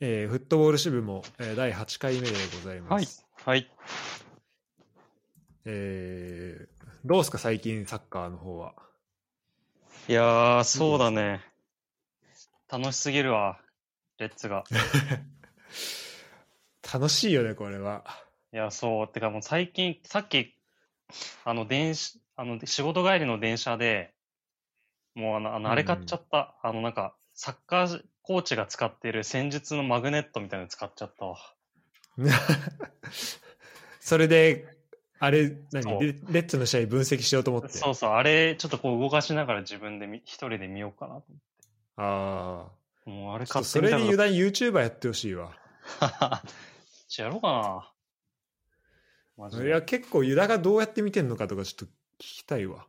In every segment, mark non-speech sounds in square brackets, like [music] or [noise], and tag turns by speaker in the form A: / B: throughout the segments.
A: えーフットボール支部も、えー第8回目でございます。
B: はい。はい。
A: えーどうですか、最近サッカーの方は。
B: いやー、そうだね。楽しすぎるわ、レッツが。
A: 楽しいよね、これは。 [laughs]
B: いや、そう。てかもう最近、さっき、あの、電車、あの、仕事帰りの電車で、もうあの、あのあれ買っちゃった。あの、なんか、サッカーコーチが使ってる戦術のマグネットみたいなの使っちゃったわ。
A: それで、あれ、何
B: そう
A: レレッツの試合分析しようと思って。
B: そうそう、あれ、ちょっとこう動かしながら自分で見、一人で見ようかなと。
A: ああ。
B: もうあれ
A: ちょ
B: 買
A: っと
B: っ
A: そ
B: てみ
A: れ
B: た
A: で
B: ら [laughs]
A: 油断 YouTuber やってほしいわ。
B: じゃあやろうかな。マジ
A: い
B: で
A: や、。結構ユダがどうやって見てんのかとかちょっと聞きたいわ。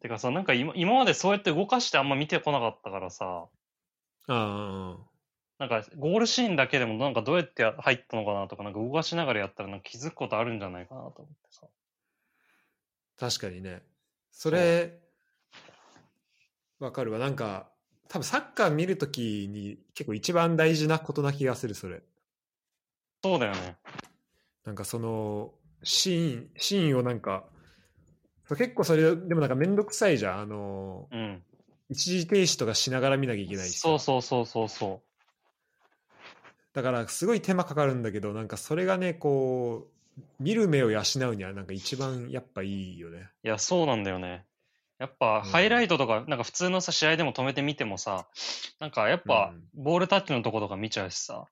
B: てかさ、なんか今今までそうやって動かしてあんま見てこなかったからさ、
A: あ
B: なんかゴールシーンだけでもなんかどうやってや入ったのかなとか、なんか動かしながらやったらなんか気づくことあるんじゃないかなと思ってさ。
A: あ、確かにね。それ、わかるわ。なんか、多分サッカー見るときに結構一番大事なことな気がする、それ。
B: そうだよね。
A: なんかその、シーン、シーンをなんか、そう結構それ、でもなんかめんどくさいじゃん。あの、
B: うん。
A: 一時停止とかしながら見なきゃいけないしさ
B: そうそうそうそうそ
A: だからすごい手間かかるんだけどなんかそれがねこう見る目を養うにはなんか一番やっぱいいよね
B: う。いや、そうなんだよね。やっぱ
A: うん
B: ハイライトとか、なんか普通のさ、試合でも止めてみてもさ、なんかやっぱ
A: うん
B: ボールタッチのとことか見ちゃうしさ、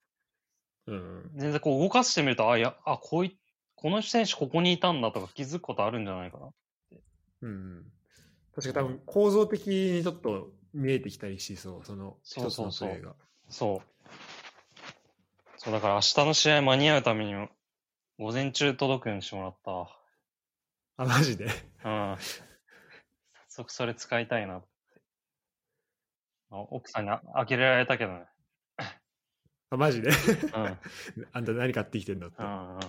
A: うん
B: 全然こう動かしてみると、あ、いや、あ、こうい、この選手ここにいたんだとか気づくことあるんじゃないかな。
A: うん確かに多分構造的にちょっと見えてきたりしそうその
B: そう
A: 一つ
B: そ
A: の
B: う
A: プ
B: そう
A: レーが
B: そう。そう、だから明日の試合間に合うために、午前中届くようにしてもらったわ。
A: あマジで
B: うん。早速それ使いたいなって。あ奥さんにああげられたけどね。
A: あマジで [laughs]
B: うん。うん
A: あんた何買ってきてんのって
B: うんうん。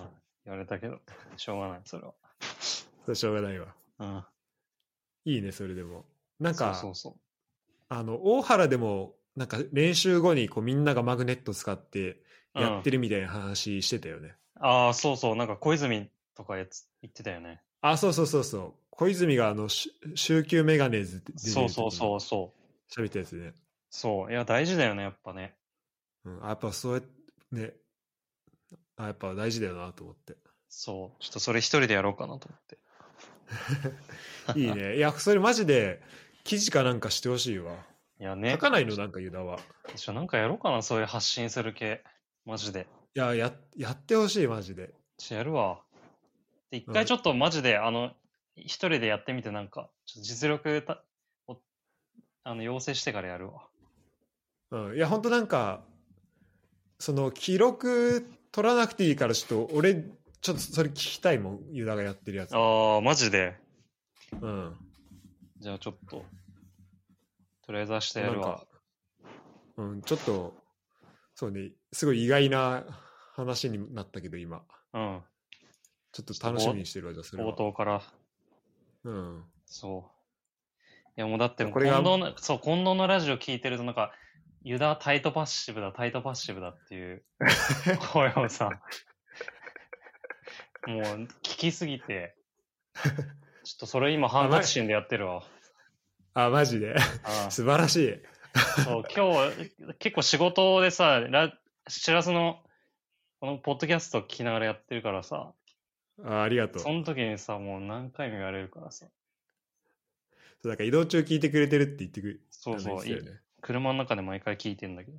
B: 言われたけど、しょうがない、それは。
A: それしょうがないわ
B: うん。
A: いいねそれでもなんか
B: そうそうそ
A: あの大原でもなんか練習後にこうみんながマグネット使って
B: う。うん、
A: やってるみたいな話してたよね、
B: ああ、そうそう、なんか小泉とかやつ言ってたよね。
A: あ、そうそうそうそう。小泉があの、し週休メガネーズで
B: そうそうそうそう。
A: う。喋ったやつね。
B: そう。いや、大事だよね、やっぱね。
A: うん、あやっぱそうやって、ね。あ、やっぱ大事だよなと思って。
B: そう。ちょっとそれ一人でやろうかなと思って。
A: いい
B: [laughs]
A: ね。いや、それマジで、記事かなんかしてほしいわ。
B: いやね
A: 書。かないのなんかユダは。
B: 一緒なんかやろうかな、そういう発信する系。マジで。
A: いや、や、やってほしい、マジで。
B: ちょやるわ。で、一
A: うん
B: 回ちょっとマジで、あの、一人でやってみて、なんか、ちょっと実力たをあの、要請してからやるわ。
A: うん。いや、ほんとなんか、その、記録取らなくていいから、ちょっと、俺、ちょっとそれ聞きたいもん、ユダがやってるやつ。
B: ああ、マジで。
A: うん。
B: じゃあちょっと、とりあえず明日やる
A: なん
B: わ
A: か。、うん、ちょっと、そうね、すごい意外な話になったけど、今。
B: うん。
A: ちょっと楽しみにしてるわ、じゃあ、それ
B: 冒
A: は。
B: 頭から。
A: うん。
B: そう。いや、もうだって、
A: こ
B: 近
A: れが
B: 藤の、そう、近藤のラジオ聞いてると、なんか、ユダはタイトパッシブだ、タイトパッシブだっていう
A: [laughs]
B: 声をさ、もう聞きすぎて、ちょっとそれ今、ハンカチシンでやってるわ。
A: あ、マジで。[laughs]
B: あ
A: 素晴らしい。
B: あそう、今日、結構仕事でさ、ラシらすの、このポッドキャスト聞きながらやってるからさ、
A: あありがとう。
B: その時にさ、もう何回も言われるからさ、
A: そうなんか移動中聞いてくれてるって言ってくれ
B: そうそ
A: あの
B: う、
A: 言って
B: い
A: たよね。
B: 車の中で毎回聞いてんだけど。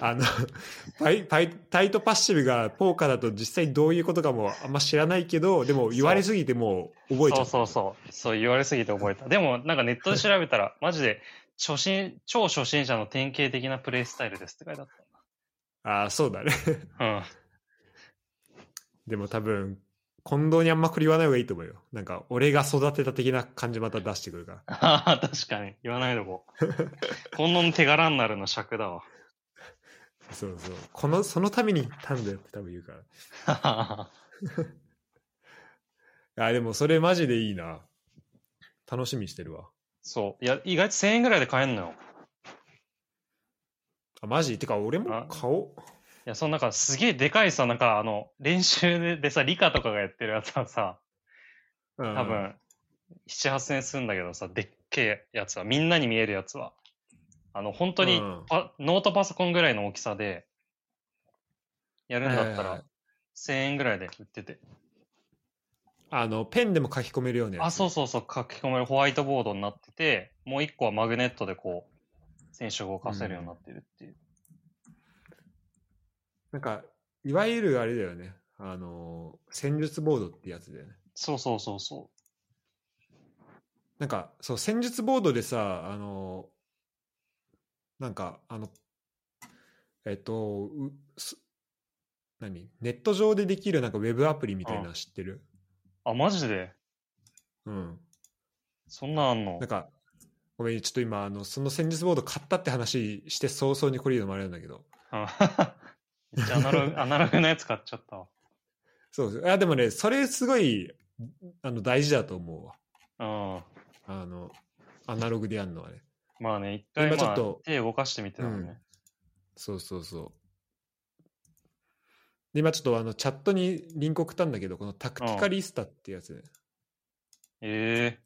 A: あの [laughs] パイパイ、タイトパッシブがポーカーだと実際どういうことかもあんま知らないけど、でも言われすぎてもう覚えちゃう。
B: そうそうそう。そう言われすぎて覚えた。でも、なんかネットで調べたら、 [laughs] マジで、初心、超初心者の典型的なプレイスタイルですって書いてあっ
A: ああ、そうだね。 [laughs]
B: た。うん。
A: でも多分、近藤にあんまこれ言わない方がいいと思うよ。なんか、俺が育てた的な感じまた出してくるから。
B: ああ、 [laughs] 確かに。言わないとこ [laughs] う。こんなの手柄になるの尺だわ。
A: そうそう。この、そのために行ったんだよって多分言うか
B: [laughs] あ
A: ら。あ、でもそれマジでいいな。楽しみにしてるわ。
B: そう。いや、意外と1000円ぐらいで買えんのよ。
A: あマジてか、俺も顔、
B: いや、そのなんかすげえでかいさ、なんかあの、練習ででさ、理科とかがやってるやつはさ、
A: うん
B: 多分、7、8000円するんだけどさ、でっけえやつは、みんなに見えるやつは。あの、本当に
A: うん
B: パ、ノートパソコンぐらいの大きさで、やるんだった
A: はいはいは
B: ら
A: い、
B: 1000円ぐらいで売ってて。
A: あの、ペンでも書き込めるよね。
B: あ、そうそうそう、書き込めるホワイトボードになってて、もう一個はマグネットでこう、選手を動かせるようになってるっていう。
A: なんか、いわゆるあれだよね。あの、戦術ボードってやつだよね。
B: そうそうそうそ
A: なんか、そう、戦術ボードでさ、あの、なんか、あの、えっと、うす何ネット上でできるなんかウェブアプリみたいなの知ってる
B: う。あ、マジで
A: うん。
B: そんなんあんの
A: なんか、ごめん、ちょっと今、あの、その戦術ボード買ったって話して早々にこれ言うのもあれなんだけど。
B: うん [laughs] めっちゃアナ
A: [laughs]
B: ログアナログなやつ買っちゃったわ。
A: そう、あでもね、それすごい、あの、大事だと思うわ。
B: うん。
A: あの、アナログでやるのはね。
B: まあね、一回、
A: 今ちょ
B: ま
A: っ
B: あ
A: と、
B: 手動かしてみてたもんね。
A: そうそうそう。で、今ちょっとあのチャットにリンク送ったんだけど、このタクティカリスタってやつね、
B: え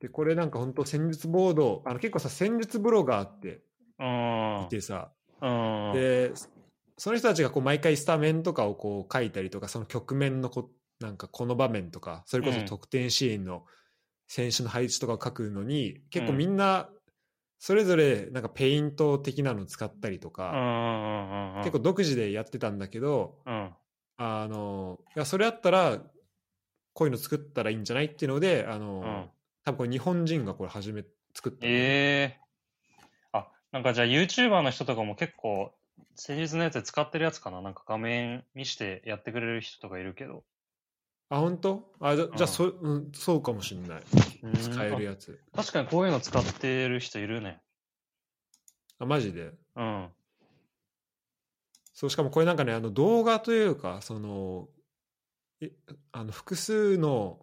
A: で、これなんか本当戦術ボード、あの結構さ、戦術ブロガーって
B: えー。
A: いてさ、
B: うん。うん。
A: で、その人たちがこう毎回スタメンとかをこう書いたりとか、その局面のこ、なんかこの場面とか、それこそ
B: うん
A: 得点シーンの選手の配置とかを書くのに、結構みんな、それぞれなんかペイント的なの使ったりと
B: うんう
A: か、
B: んうんうん。
A: 結構独自でやってたんだけど、
B: うん。
A: あの、いや、それあったら、こういうの作ったらいいんじゃないっていうので、あの、
B: うん
A: 多分これ日本人がこれ始め、作ったんだよね、
B: ええー。あ、なんかじゃあ YouTuber の人とかも結構、先日のやつで使ってるやつかななんか画面見してやってくれる人とかいるけど。
A: あ、本当あ、じゃ、
B: ん
A: じゃあそ、うん、そうかもしれない。
B: うん
A: 使えるやつ。
B: あ確かにこういうの使ってる人いるね。
A: あ、マジで。
B: うん。
A: そう、しかもこれなんかね、あの動画というか、その、え、あの、複数の、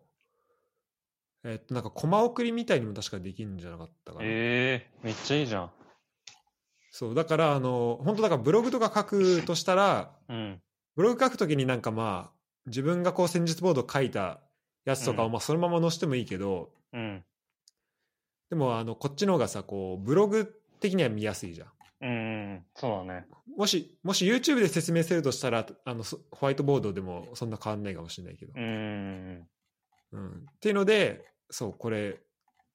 A: えっと、なんか、コマ送りみたいにも確かできるんじゃなかったかな。
B: ええー、めっちゃいいじゃん。
A: そう、だから、あの、本当だからブログとか書くとしたら、
B: うん。
A: ブログ書くときになんかまあ自分がこう戦術ボードを書いたやつとか
B: う
A: を
B: ん
A: まあそのまま載せてもいいけど、
B: うん。
A: でもあのこっちの方がさこうブログ的には見やすいじゃん。
B: うんうん。そうだね。
A: もしもし YouTube で説明するとしたらあのそホワイトボードでもそんな変わんないかもしれないけど。
B: うんうん
A: うんっていうのでそうこれ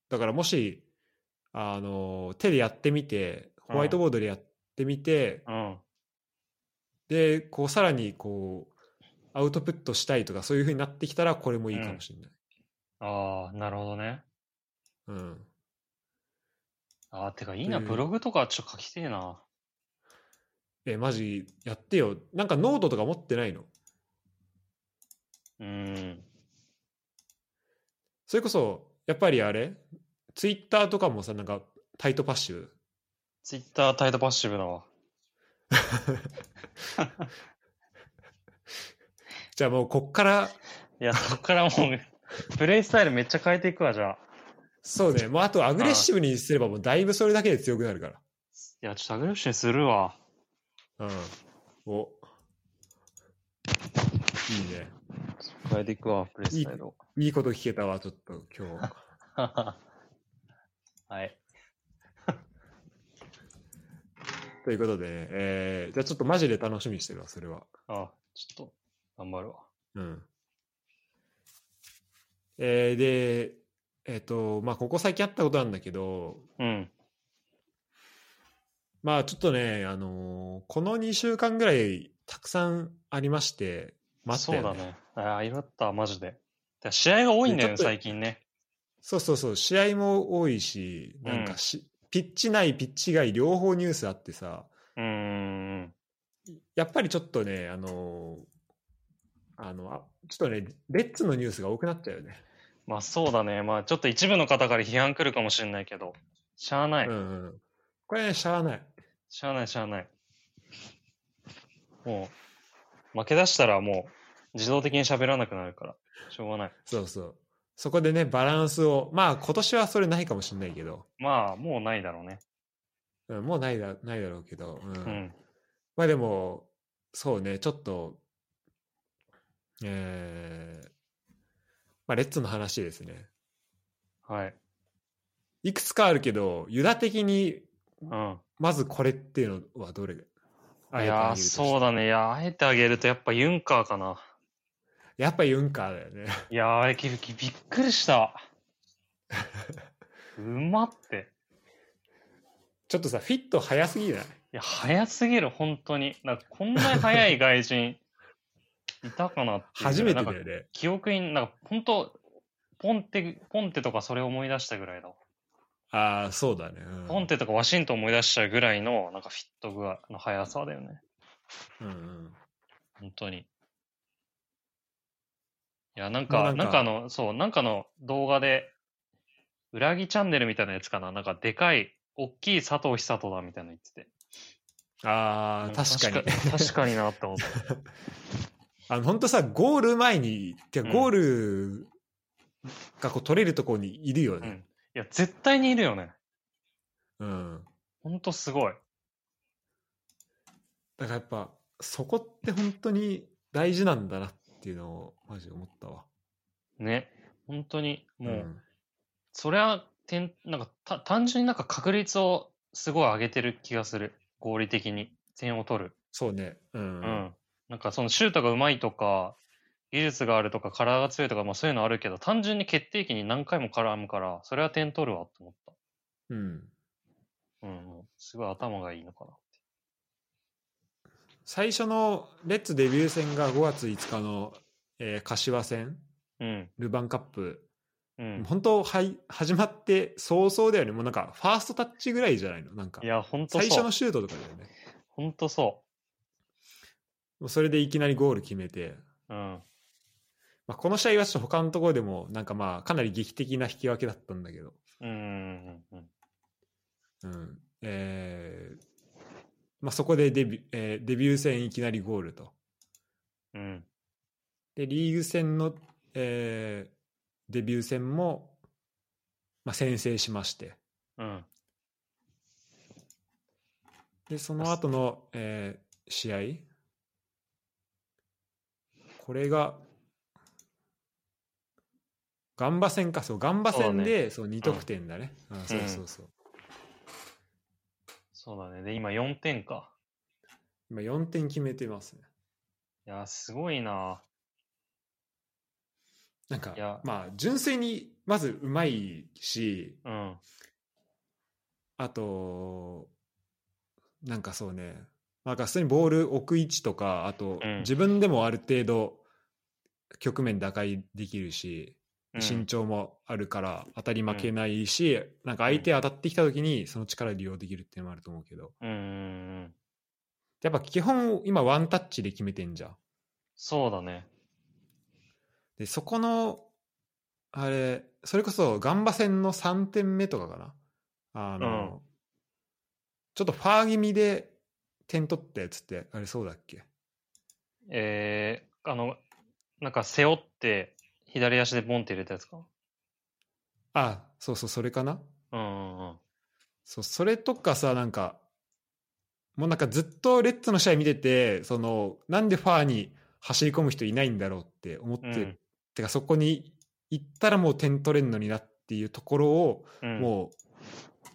A: だからもしあの手でやってみてホワイトボードでやってみて、
B: うん。うん。
A: でこうさらにこうアウトプットしたいとかそういうふうになってきたらこれもいいかもしれない。
B: ああ、なるほどね。
A: うん
B: ああ、てかいいな、
A: という
B: ブログとかちょっと書きてえな。
A: え、マジやってよ。なんかノートとか持ってないの
B: うん。
A: それこそ、やっぱりあれツイッターとかもさ、なんかタイトパッシブ。
B: ツイッター態度パッシブだわ。
A: じゃあもうこっから、
B: いや、そっからもう、 [laughs] プレイスタイルめっちゃ変えていくわ、じゃあ。
A: そうね、もうあとアグレッシブにすればもうだいぶそれだけで強くなるか
B: いや、ちょっとアグレッシブにするわ。
A: ら。うん。お。いいね。
B: 変えていくわ、プレイスタイ [laughs] ルを。
A: いいこと聞けたわ、ちょっと今日。
B: はい。
A: ということでね、えーじゃあちょっとマジで楽しみにしてるわ、それは。
B: あ、ちょっと、頑張るわ。
A: うん。えーで、えっ、と、まあ、ここ最近あったことなんだけど、
B: うん。
A: まあちょっとね、あのーこの2週間ぐらいたくさんありまして、待った
B: そう
A: よ
B: だね。ああ、いろいろあった、マジで。だから試合が多いんだよね、
A: ちょっと
B: 最近ね。
A: そうそうそう、試合も多いし、なん
B: う
A: か
B: ん
A: し、ピッチ内、ピッチ外、両方ニュースあってさ、
B: うーん。
A: やっぱりちょっとね、あのーあのあちょっとね、レッツのニュースが多くなっちゃうよね。
B: まあそうだね。まあちょっと一部の方から批判来るかもしれないけど、しゃあない。
A: うんうん、これね、しゃあない。
B: しゃあない、しゃあない。もう、負け出したらもう、自動的に喋らなくなるから、しょうがない。
A: そうそう。そこでね、バランスを、まあ今年はそれないかもしれないけど、
B: まあ、もうないだろうね。
A: うん、もうないだないだろうけど、うん
B: うん。
A: まあでも、そうね、ちょっと、えー、まあレッツの話ですね。
B: はい。
A: いくつかあるけど、ユダ的に
B: うん。
A: まずこれっていうのはどれ
B: いやー、そうだ。ね。いや、あえてあげると、やっぱユンカーかな。
A: やっぱユンカーだよね。 [laughs]
B: いやー、あれ、きびっくりした。うまって。
A: ちょっとさ、フィット早すぎない
B: いや、早すぎる、本当に。なんか、こんなに早い外
A: [laughs]
B: 人、いたかなっていう
A: 初めて
B: な
A: だ
B: んか
A: よね。
B: 記憶に、なんか、本当ポンテ、ポンテとかそれ思い出したぐらいだわ。
A: ああ、そうだね。うん
B: ポンテとかワシントン思い出しちゃうぐらいの、なんか、フィット具合の速さだよね。
A: うんうん
B: 本当に。いや、なん
A: ま
B: か、
A: あな
B: な
A: んん
B: か
A: か
B: あの、そう、なんかの動画で、裏木チャンネルみたいなやつかな。なんか、でかい、大きい佐藤久人だみたいなの言ってて。
A: ああ、確かに。
B: 確 [laughs] か確かになって思った。
A: [laughs] あの、本当さ、ゴール前に、てか
B: うん
A: ゴールがこう取れるところにいるよ
B: うん。い
A: ね。
B: や、絶対にいるよね。
A: うん。
B: ほんとすごい。
A: だからやっぱ、そこって本当に大事なんだなっていうのを、マジで思ったわ。
B: ね。本当に、もう、
A: ん
B: それは、てん、なんか、た、単純になんか確率をすごい上げてる気がする。合理的に。点を取る。
A: そうね。う。
B: うんん。なんかそのシュートがうまいとか、技術があるとか、体が強いとか、まあそういうのあるけど、単純に決定機に何回も絡むから、それは点取るわと思っ
A: うん。
B: た。うん、もうすごい頭がいいのかな。
A: 最初のレッツデビュー戦が5月5日の、えー柏戦、
B: うん、
A: ルヴァンカップ。
B: うん。
A: 本当はい、始まって早々だよね。もうなんか、ファーストタッチぐらいじゃないのなんか
B: い、や、ほんと
A: 最初
B: そう
A: の。シュートとかだよね。
B: ほんとそ
A: もうそれでいきなりゴール決めて、
B: う。うん。
A: まあ、この試合はちょっと他のところでも、なんかまあ、かなり劇的な引き分けだったんだけど、
B: うんうんうん
A: うん。えーまあ、そこでデビュー、えーデビュー戦いきなりゴールと。
B: うん。うん。
A: で、リーグ戦の、えーデビュー戦も、まあ、先制しまして。
B: うん。
A: で、その後の、えー試合。これが、ガンバ戦か、そう、ガンバ戦で、そう,、2得点だね。あそうそうそう。
B: そうだね。で、今4点か。
A: 今4点決めてますね。
B: いや、すごいな。
A: なんか
B: いや、
A: まあ、純粋に、まずうまいし、
B: うん。
A: あと、なんかそうね、なんか普通にボール置く位置とか、あと
B: うん、
A: 自分でもある程度、局面打開できるし、
B: うん
A: 身長もあるから当たり負けないし、なんか相手当たってきた時にその力利用できるっていうのもあると思うけど、
B: うんうんうん。
A: やっぱ基本今ワンタッチで決めてんじゃん。
B: そうだね。
A: で、そこの、あれ、それこそガンバ戦の3点目とかかな。あの、
B: う
A: ちょっとファー気味で点取ったやつって、あれそうだっけ
B: えー、あの、なんか背負って、左足でボンって入れたやつか。
A: あ、そうそう、それかな。
B: うんうんうん。
A: そう、それとかさ、なんか、もうなんかずっとレッツの試合見てて、その、なんでファーに走り込む人いないんだろうって思って、
B: うん
A: てかそこに行ったらもう点取れんのになっていうところを、
B: うん、
A: もう、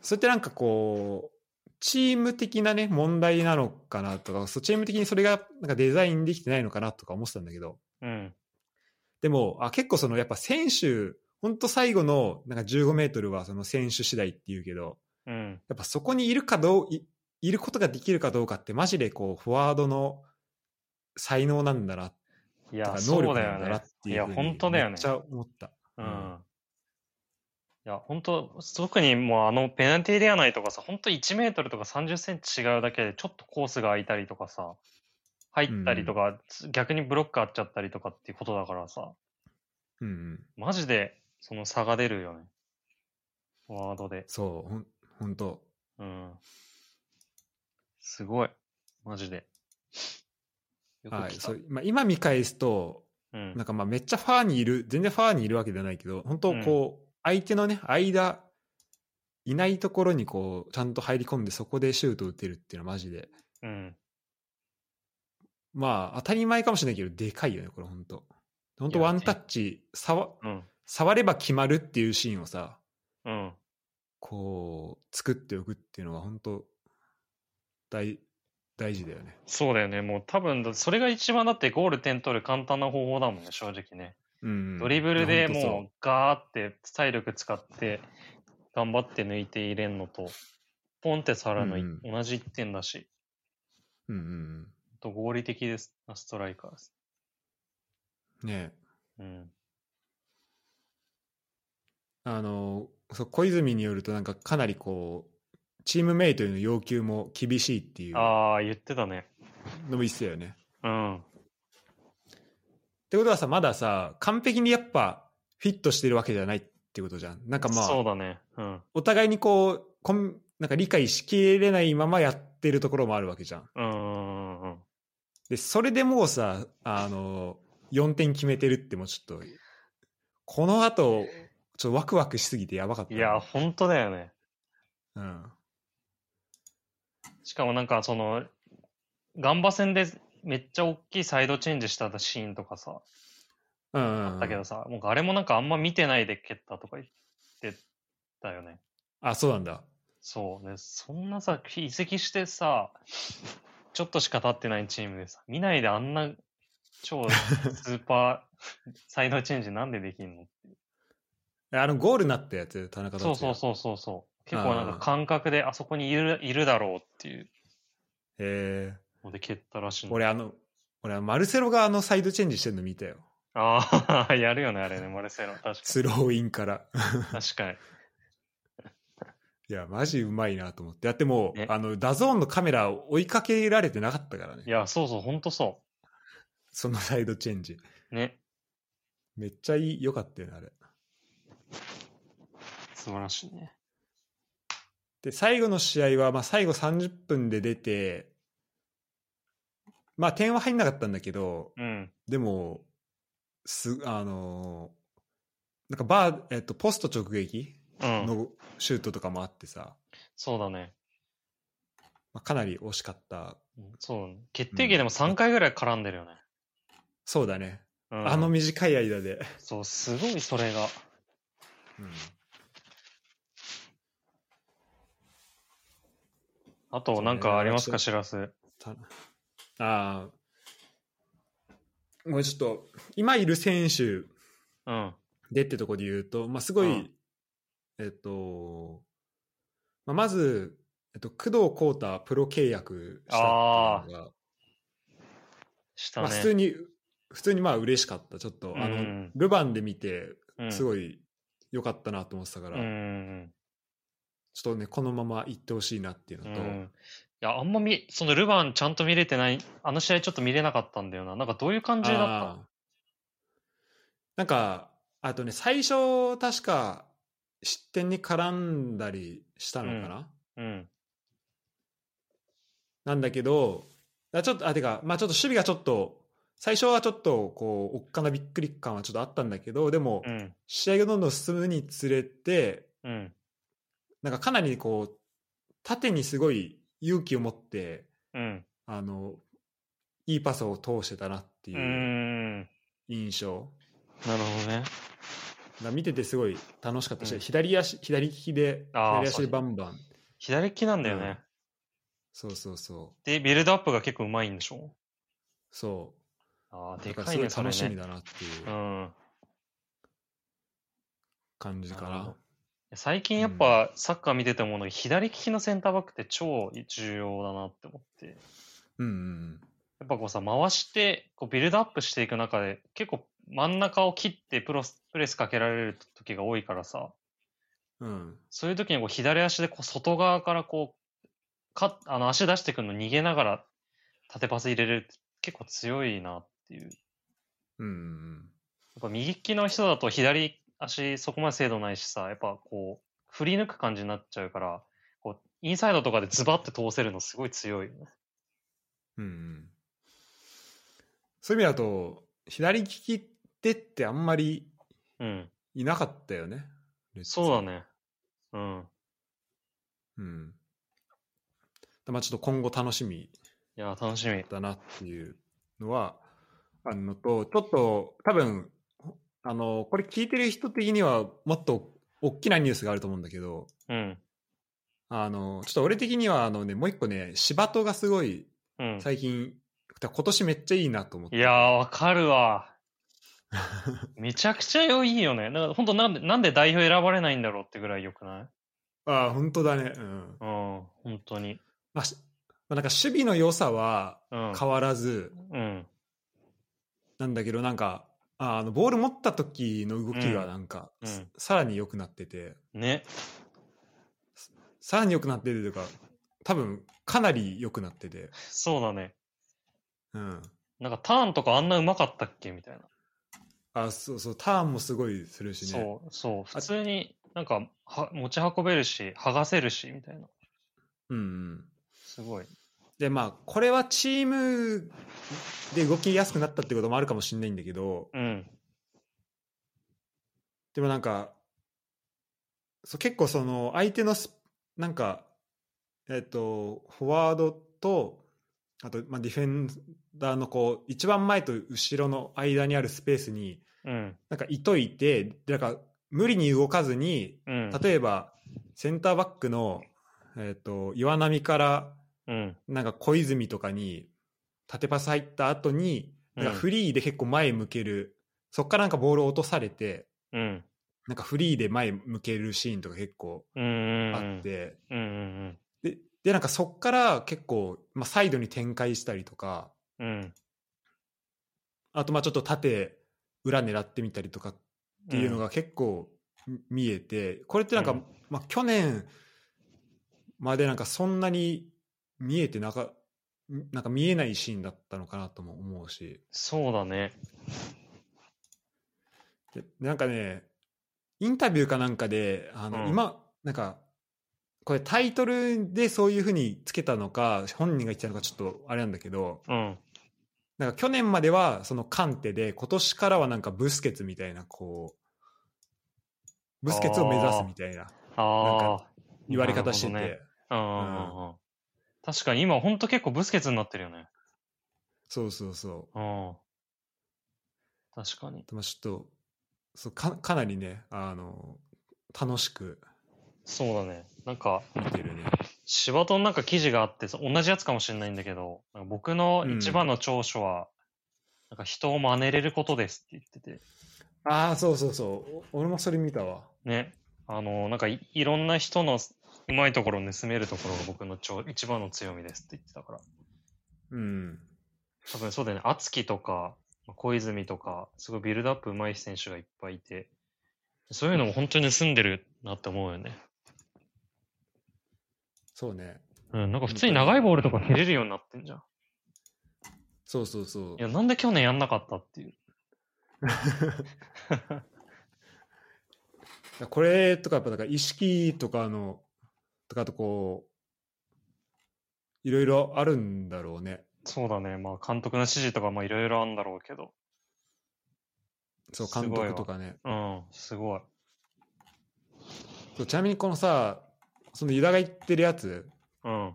A: それってなんかこう、チーム的なね、問題なのかなとか、そうチーム的にそれがなんかデザインできてないのかなとか思ってたんだけど、
B: うん。
A: でも、あ結構そのやっぱ選手、本当最後のなんか15メートルはその選手次第っていうけど、
B: うん。
A: やっぱそこにいるかどう、いいることができるかどうかってマジでこう、フォワードの才能なんだな、
B: い
A: と
B: や、
A: か
B: そ
A: 能力
B: うだ
A: な
B: よ
A: んだな
B: ね
A: っ。
B: い
A: ていう
B: や、
A: ふうに
B: 本当だよ
A: め
B: ね
A: っ。ちゃ思った。
B: う。
A: うんん
B: いや、本当特にもうあのペナルティーではないとかさ、本当1メートルとか30センチ違うだけで、ちょっとコースが空いたりとかさ、入ったりとか、逆にブロックあっちゃったりとかっていうことだからさ、
A: うんうん。
B: マジでその差が出るよね。ワードで。
A: そう、ほん、本当
B: うん。すごい。マジで。よく
A: はい、
B: 来た。
A: そうまあ、今見返すと
B: うん
A: なんかまあめっちゃファーにいる、全然ファーにいるわけじゃないけど、本当こう、相手のね、間、いないところにこう、ちゃんと入り込んで、そこでシュート打てるっていうのはマジで。
B: うん。
A: まあ当たり前かもしれないけど、でかいよね、これ本当本当
B: いや
A: ワンタッチ、触、
B: うん。
A: 触れば決まるっていうシーンをさ、
B: うん。
A: こう、作っておくっていうのは本当大、大事だよね。
B: そうだよね。もう多分だ、それが一番だってゴール点取る簡単な方法だもんね、正直ね。
A: うん。
B: ドリブルで
A: いや
B: もうガーって体力使って頑張って抜いて入れんのと、ポンって触らない、
A: うん
B: 同じ1点だし、
A: ほんとそう。うんうん
B: と合理的ですなストライカーです。
A: うん。ねえ
B: うん。
A: あのそう小泉によるとなんかかなりこうチームメイトへの要求も厳しいっていうの
B: ああ、言ってたね。
A: も一緒だよね。
B: うん。
A: ってことはさまださ完璧にやっぱフィットしてるわけじゃないってことじゃん。なんかま
B: そう
A: あ
B: だね。うん。
A: お互いにこうこんなんか理解しきれないままやってるところもあるわけじゃん。
B: うんうんうんうん。
A: でそれでもうさあの4点決めてるってもうちょっとこの後ちょっとワクワクしすぎてやばかった
B: い
A: ね。
B: や、ほんとだよね。
A: うん、
B: しかもなんかその、ガンバ戦でめっちゃ大きいサイドチェンジしたシーンとかさ、
A: うんうんうん
B: だけどさ、もうあれもなんかあんま見てないで蹴ったとか言ってたよね。
A: あそうなんだ。
B: そうね、そんなさ、移籍してさ、ちょっとしか経ってないチームでさ、見ないであんな超スーパー [laughs] サイドチェンジなんでできんの
A: あのゴールなったやつ田中達
B: そ
A: 也
B: うそうそうそうそう。結構なんか感覚であそこにいるいるだろうっていう
A: え
B: ので蹴ったらしい
A: ー、
B: の。
A: 俺あの俺マルセロがあのサイドチェンジしてるの見たよ
B: ああ、 [laughs] やるよね、あれね、マルセロ。確か
A: スローインから [laughs]
B: に。確かに。
A: いやマジうまいなと思ってやってもう
B: ね
A: あのダゾーンのカメラを追いかけられてなかったからね
B: いや、そうそう、ほんとそ
A: そのサイドチェンジ
B: う。ね、
A: めっちゃいいよかったよねあれ
B: 素晴らしいね。
A: で最後の試合は、まあ、最後30分で出てまあ点は入んなかったんだけど
B: うん。
A: でもすあのーなんかバー、えっと、ポスト直撃
B: うん。
A: のシュートとかもあってさ、
B: そうだね。
A: まあ、かなり惜しかった
B: そうだね。決定機でも3回ぐらい絡んでるよね。
A: そうだね、
B: うん、
A: あの短い間で、
B: そう、すごいそれが。あと、なんかありますか、知らせ。
A: たああもうちょっと今いる選手
B: うん。
A: でってとこで言うと、まあ、すごい、
B: うん
A: えっと、まあ、まず、えっと、工藤浩太プロ契約したっていうのが、
B: した
A: まあ、
B: ね。
A: 普通に普通にまあ嬉しかったちょっと、あ
B: う
A: の
B: ん
A: ルヴァンで見て
B: うん
A: すごい良かったなと思ってたから、
B: うんうん
A: ちょっとねこのまま行ってほしいなっていう
B: う
A: の
B: ん。
A: と、
B: うんいや、あんまみ、そのルヴァンちゃんと見れてない、あの試合ちょっと見れなかったんだよな。なんかどういう感じだっ
A: あーなんかあとね最初確か失点に絡んだりしたのかな、
B: たうん。
A: なんだけどあちょっとあてかまあちょっと守備がちょっと最初はちょっとこうおっかなびっくり感はちょっとあったんだけどでも
B: うん。
A: 試合がどんどん進むにつれて
B: うん。
A: なんかかなりこう縦にすごい勇気を持って
B: うん。
A: あのいいパスを通してたなって
B: う。
A: いうん
B: な
A: 印象、
B: るほどね。
A: が見ててすごい楽しかったし、
B: うん
A: 左足左利きで
B: あー
A: 左足でバンバン
B: 左利きなんだよね。
A: うんそうそうそ
B: で、ビルドアップが結構うまいんでしょ
A: うそ
B: ああ、
A: う
B: で
A: だから
B: か
A: す
B: い
A: ごい
B: ね、それ
A: 楽しみ
B: ね。
A: だなっていう
B: うん。
A: 感じか
B: なる
A: な
B: ほ最近やっぱサッカー見ててもの左利きのセンターバックって超重要だなって思って。
A: うんうん
B: やっぱこうさ、回して、こうビルドアップしていく中で、結構真ん中を切ってプロスプレスかけられる時が多いからさ、
A: うんうん
B: そういう時にこう左足でこう外側からこう、かあの足出してくるの逃げながら縦パス入れれるって結構強いなっていう。やっ
A: うんうん
B: ぱ右利きの人だと左足そこまで精度ないしさ、やっぱこう、振り抜く感じになっちゃうから、こう、インサイドとかでズバって通せるのすごい強いよね。
A: うんうんそういう意味だと左利きでってあんまり
B: うん。
A: いなかったよね。レッズ
B: そうだ。ね。うん。
A: うん。まあちょっと今後楽しみ
B: いやー、楽しみ。
A: だなっていうのはあるのとちょっと多分あのこれ聞いてる人的にはもっと大きなニュースがあると思うんだけど
B: うん。
A: あのちょっと俺的にはあの、ね、もう一個ね柴戸がすごい
B: うん。
A: 最近、今年めっちゃいいなと思って
B: いやー、わかるわ。めちゃくちゃ良いよね。だから本当なんで、なんで代表選ばれないんだろうってぐらい良くない
A: ああ本当だねうん、
B: うん、本当に。
A: まあしまあ、なんか守備の良さは
B: うん。
A: 変わらず
B: うん。
A: なんだけどなんかああのボール持った時の動きがなんか、
B: うん
A: ささらに良くなってて、
B: ね。
A: さらに良くなってるというか多分かなり良くなってて、
B: そうだね。
A: うん、
B: なんかターンとかあんなうまかったっけみたいな。
A: あそうそうターンもすごいするしね
B: そう、そう。普通になんかは持ち運べるし、剥がせるし、みたいな。
A: う、んうん、
B: すごい。
A: でまあこれはチームで動きやすくなったってこともあるかもしれないんだけど
B: うん。
A: でもなんかそう結構その相手のスなんかえっとフォワードとあと、まあ、ディフェンダーのこう一番前と後ろの間にあるスペースに
B: うん。
A: なんかいといてでなんか無理に動かずに
B: うん。
A: 例えばセンターバックの、えー、と岩波から
B: うん。
A: なんか小泉とかに縦パス入った後になんか
B: うん
A: フリーで結構前向ける、そっからなんかボールを落とされて
B: うん。
A: なんかフリーで前向けるシーンとか結構
B: うん。うん。
A: あって、
B: うん。うん。
A: ででなんかそっから結構、まあ、サイドに展開したりとか
B: うん。うん。
A: あとまあちょっと縦裏狙ってみたりとかっていうの
B: が。
A: が結構見えて、これってなんか、
B: うん
A: まあ、去年までなんかそんなに見えてなかなんか見えないシーンだったのかなとも思うし
B: そうだね。
A: でなんかねインタビューかなんかであの、
B: うん
A: 今なんかこれタイトルでそういうふうにつけたのか本人が言ってたのかちょっとあれなんだけど
B: うん。
A: なんか去年まではそのカンテで今年からはなんかブスケツみたいなこうブスケツを目指すみたいななん
B: ああ。
A: 言われ方してて、
B: なるほどねうんうん。確かに今ほんと結構ブスケツになってるよね。
A: そうそうそ
B: うん。確かに。
A: う。まあ、ちょっとそうか、かなりね、あの、楽しく
B: そうだね。なんか、
A: 見てるね。
B: 柴戸のなんか記事があって、そ同じやつかもしれないんだけど、なんか僕の一番の長所は、なんか人を真似れることですって言ってて、
A: ああ、そうそうそう。お俺もそれ見たわ。
B: ね。あの、なんかいいろんな人のうまいところを盗めるところが僕のちょ一番の強みですって言ってたから。
A: うん。
B: 多分そうだよね。敦樹とか、小泉とか、すごいビルドアップうまい選手がいっぱいいて、そういうのも本当に盗んでるなって思うよね。
A: そうね。
B: うん、なんか普通に長いボールとか蹴れるようになってんじゃん。
A: そうそうそう
B: い。や、なんで去年やんなかったっていう。
A: これとか、やっぱ、だから、意識とかの、とか、あとこう、いろいろあるんだろうね。
B: そうだね。まあ、監督の指示とかもいろいろあるんだろうけど。
A: そう、
B: すごい
A: 監
B: わ
A: 督とかね。
B: うん、すごい。
A: そうちなみに、このさ、そのユダが言ってるやつ、
B: うん、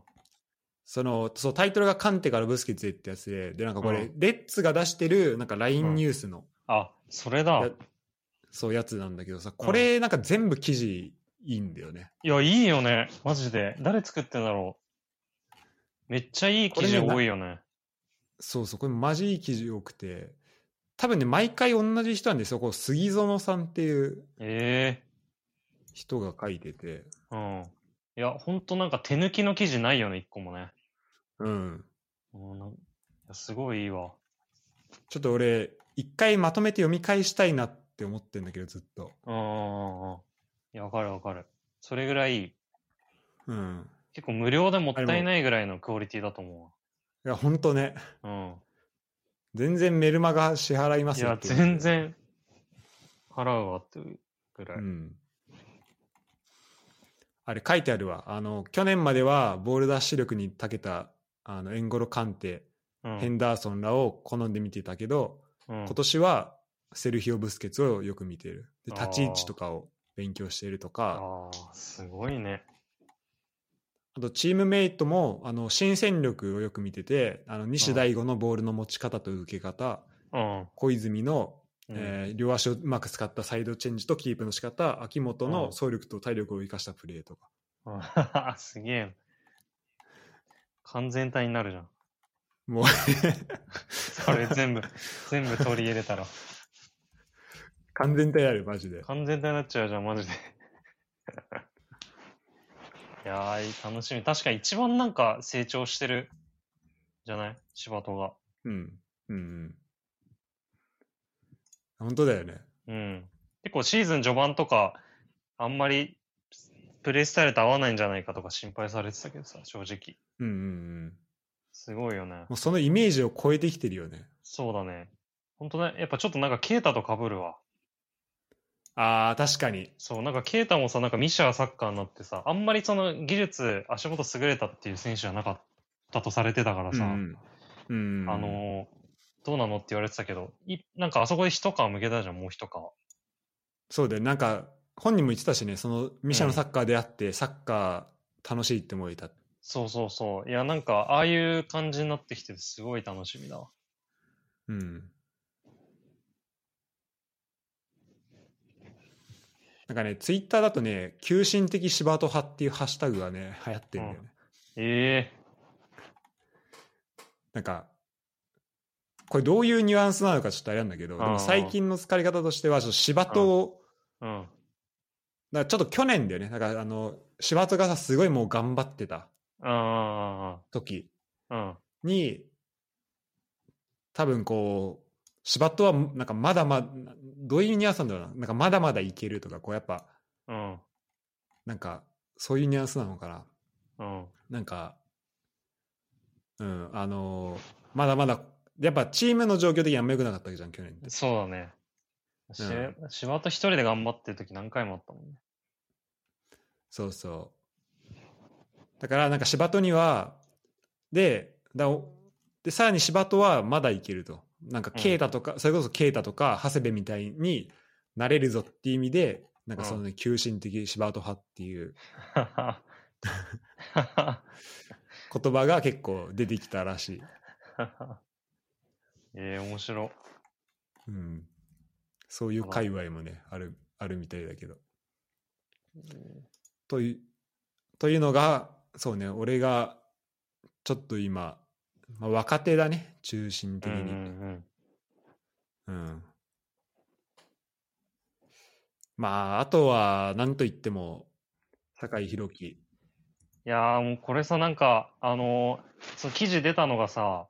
A: そのそうタイトルがカンテからブスケツへってやつで、で、なんかこれ、
B: う
A: レッツが出してる、なんか LINE ニュースの、
B: あ、それだ
A: や。そうやつなんだけどさ、これなんか全部記事いいんだよね。
B: いや、いいよね。マジで。誰作ってんだろう。めっちゃいい記事
A: これねな
B: 多いよね。
A: そうそう、これマジいい記事多くて、多分ね、毎回同じ人なんですよ。こう杉園さんっていう
B: え
A: 人が書いてて、
B: えうん。いや、ほんとなんか手抜きの記事ないよね、一個もね。
A: うん。
B: うん、なんいやすごいいいわ。
A: ちょっと俺、一回まとめて読み返したいなって思ってんだけど、ずっと。
B: うんうんうんうん。いや、わかるわかる。それぐらい、
A: うん。
B: 結構無料でもったいないぐらいのクオリティだと思
A: いや、ほんとね、
B: うわ。
A: 全然メルマガ支払いま
B: うん。い
A: すよ
B: や
A: っ、てう
B: 全。然、払うわっていうぐらい。
A: うん。あれ書いてあるわ。あの、去年まではボールダッシュ力に長けた、あの、エンゴロカンテ、
B: うん
A: ヘンダーソンらを好んで見ていたけど、
B: うん
A: 今年はセルヒオ・ブスケツをよく見ているで
B: あー
A: 立ち位置とかを勉強しているとか
B: ああ、すごいね。
A: あとチームメイトもあの新戦力をよく見ててあの西大悟のボールの持ち方と受け方
B: うん。うん
A: 小泉の、えー両足をうまく使ったサイドチェンジとキープの仕方秋元
B: う
A: の
B: ん
A: 走力と体力を生かしたプレーとか
B: うん [laughs] すげえ。完全体になるじゃん。
A: もう
B: それ全部、全部取り入れたら。
A: 完全体あるマジで
B: 完全体になっちゃうじゃん、マジで。 [laughs] いやー、楽しみ。確か一番なんか成長してるじゃない柴戸が。
A: うんうんうん本当だよね
B: うん。結構シーズン序盤とか、あんまりプレイスタイルと合わないんじゃないかとか心配されてたけどさ、正直。
A: うんうんうん
B: すごいよね
A: も。うそのイメージを超えてきてるよね
B: そうだね。ほんとね、やっぱちょっとなんかケイタと被るわ。
A: あー確かに
B: そう、なんかケイタもさ、なんかミシャーサッカーになってさ、あんまりその技術、足元優れたっていう選手じゃなかったとされてたからさ、
A: うんうんうん
B: あのーどうなのって言われてたけど、いなんかあそこで一皮向けたじゃん、もう一皮。
A: そうだよなんか本人も言ってたしねそのミシャのサッカーであって、サッカー楽しいって思えた
B: そうそうそう。いや、なんか、ああいう感じになってきてて、すごい楽しみだわ。
A: うんなんかねツイッターだとね「急進的柴戸派」っていうハッシュタグがね流行ってるんだよね、
B: え
A: なんかこれどういうニュアンスなのかちょっとあれなんだけどで
B: あー
A: も最近の疲れ方としてはちょっと柴戸を
B: えうん。
A: だからちょっと去年だよねだからあの柴戸がさすごいもう頑張ってた
B: あ
A: 時
B: あ、うん。
A: に多分こう柴戸はなんかまだまだどういうニュアンスなんだろうななんかまだまだいけるとかこうやっぱ
B: うん。
A: なんかそういうニュアンスなのかな
B: うん。
A: なんかうんあのーまだまだやっぱチームの状況的にあんま良くなかったわけじゃん去年って
B: そうだね。し
A: うん
B: 柴田一人で頑張ってる時何回もあったもんね。
A: そうそうだからなんか柴戸にはでだおでさらに柴戸はまだいけるとなんか
B: うん
A: 啓太とか、それこそ啓太とか長谷部みたいになれるぞっていう意味でなんかそのね急進的柴戸派っていう言葉が結構出てきたらしい、
B: [laughs] ええ面白。
A: うん、そういう界隈もねあるあるみたいだけどというというのがそうね俺がちょっと今、まあ、若手だね中心
B: う
A: 的
B: んう
A: に。
B: ん
A: うんまあ、あとは、なんといっても、酒井宏樹。
B: いやーもうこれさ、なんか、あのーその記事出たのがさ、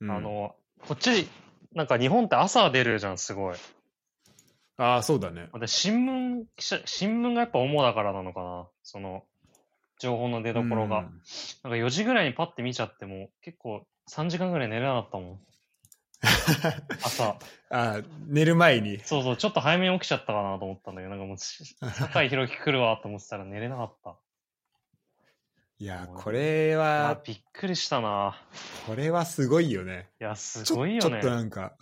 A: うん
B: あ、のーこっち、なんか日本って朝出るじゃん、すごい。
A: ああ、そうだね。
B: で新聞記者、新聞がやっぱ主だからなのかな、その、情報の出どころが。なんか4時ぐらいにパッて見ちゃっても、結構3時間ぐらい寝れなかったもん。朝。
A: うん。ああ、寝る前に。
B: そうそう、ちょっと早めに起きちゃったかなと思ったんだけど、なんかも
A: [laughs]
B: うし、酒井宏樹来るわと思ってたら寝れなかった。
A: いや、これは
B: あ、びっくりしたな。
A: これはすごいよね。
B: いや、す
A: ちょ
B: ごい
A: ち
B: よ
A: ょっ
B: ね。
A: となんか、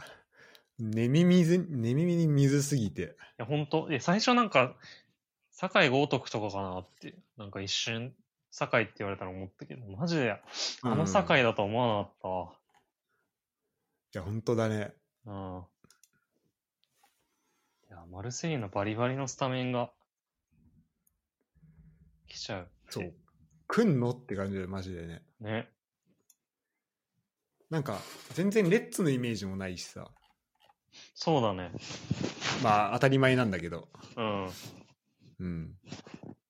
A: 寝耳ず、寝耳に水すぎて。
B: いや、ほんと。いや、最初なんか、酒井豪徳とかかなって、なんか一瞬、酒井って言われたら思ったけど、マジで、あ
A: う
B: の
A: ん
B: 酒井だとは思わなかったわ
A: いや、本当だね。
B: うん。いや、マルセイユのバリバリのスタメンが、来ちゃう。
A: そう。来んのって感じで、マジでね。
B: ね。
A: なんか、全然レッツのイメージもないしさ。
B: そうだね。
A: まあ、当たり前なんだけど。
B: うん。
A: うん。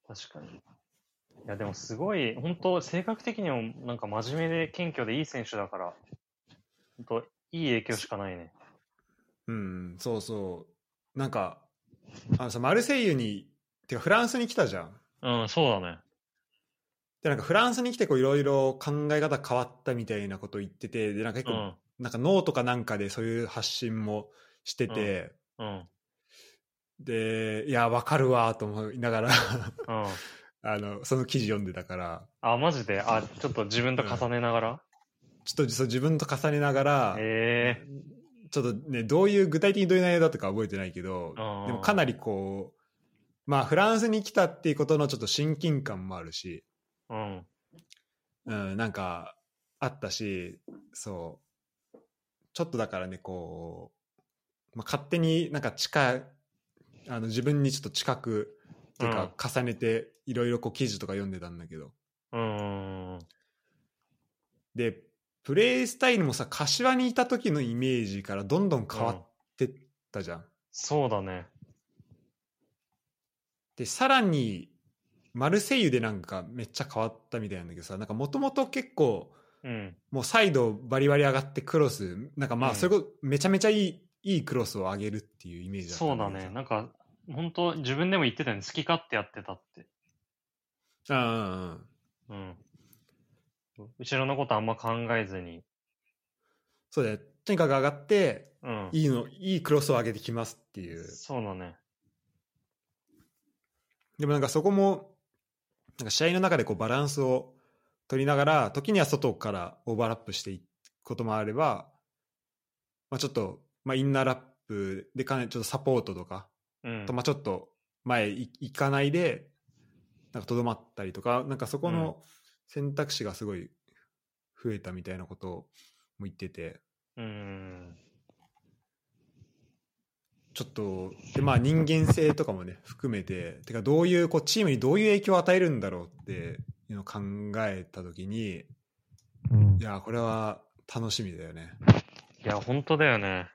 B: 確かに。いや、でもすごい、本当性格的にもなんか真面目で謙虚でいい選手だから、本当いい影響しかないね。
A: うん、そうそう。なんか、あのさ、マルセイユに、てかフランスに来たじゃん。
B: うん、そうだね。
A: で、なんかフランスに来て、こう、いろいろ考え方変わったみたいなこと言ってて、で、なんか結
B: う
A: 構、
B: ん。
A: なんかノーとかなんかでそういう発信もしてて、
B: うん。
A: で、いや、わかるわ、と思いながら、 [laughs]
B: うん。
A: あの、その記事読んでたから、
B: あ、マジであ、ちょっと自分と重ねながら、
A: ちょっとそう自分と重ねながら、
B: ええ
A: ちちょっとね、どういう、具体的にどういう内容だったか覚えてないけど、で
B: あー
A: もかなりこう、まあ、フランスに来たっていうことのちょっと親近感もあるし、
B: うん。
A: うん、なんか、あったし、そう、ちょっとだからね、こう、まあ、勝手になんか近い、あの自分にちょっと近く、っていうか、重ねて、いろいろこう記事とか読んでたんだけど、
B: うん。
A: で、プレイスタイルもさ、柏にいた時のイメージからどんどん変わってったじゃん。
B: そうだね。
A: で、さらに、マルセイユでなんかめっちゃ変わったみたいなんだけどさ、なんかもともと結構、
B: うん。
A: もうサイドバリバリ上がってクロス、なんかま
B: う
A: あ、
B: ん
A: それこそめちゃめちゃいい、いいクロスを上げるっていうイメージった
B: そうだね。なんか、本当自分でも言ってたよね。好き勝手やってたって。
A: うんうんうん。
B: うん。後ろのことあんま考えずに。
A: そうだよ。とにかく上がって、
B: うん。
A: いいの、いいクロスを上げてきますっていう。
B: そうだね。
A: でもなんかそこも、なんか試合の中でこうバランスを取りながら、時には外からオーバーラップしていくこともあれば、まあ、ちょっと、まあ、インナーラップでかなりちょっとサポートとか、
B: うん
A: と。まあ、ちょっと前い行かないで、なんかとどまったりとか、なんかそこの選択肢がすごい増えたみたいなことをも言ってて、
B: うん。
A: ちょっと、でまあ、人間性とかもね、含めて、てか、どういう、こう、チームにどういう影響を与えるんだろうっていうのを考えたときに、いや、これは楽しみだよね。
B: いや、本当だよね。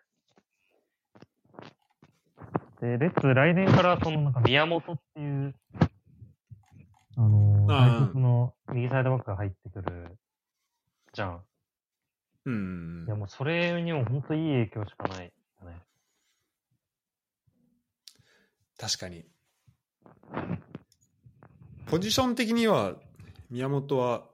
B: で、レッツ、来年から、その、なんか、宮本っていう、あのー、
A: ああ
B: 大卒の右サイドバックが入ってくる、じゃん。
A: うんうん
B: いや、
A: うん。
B: もう、それにも本当いい影響しかないよね。
A: 確かに。ポジション的には、宮本は、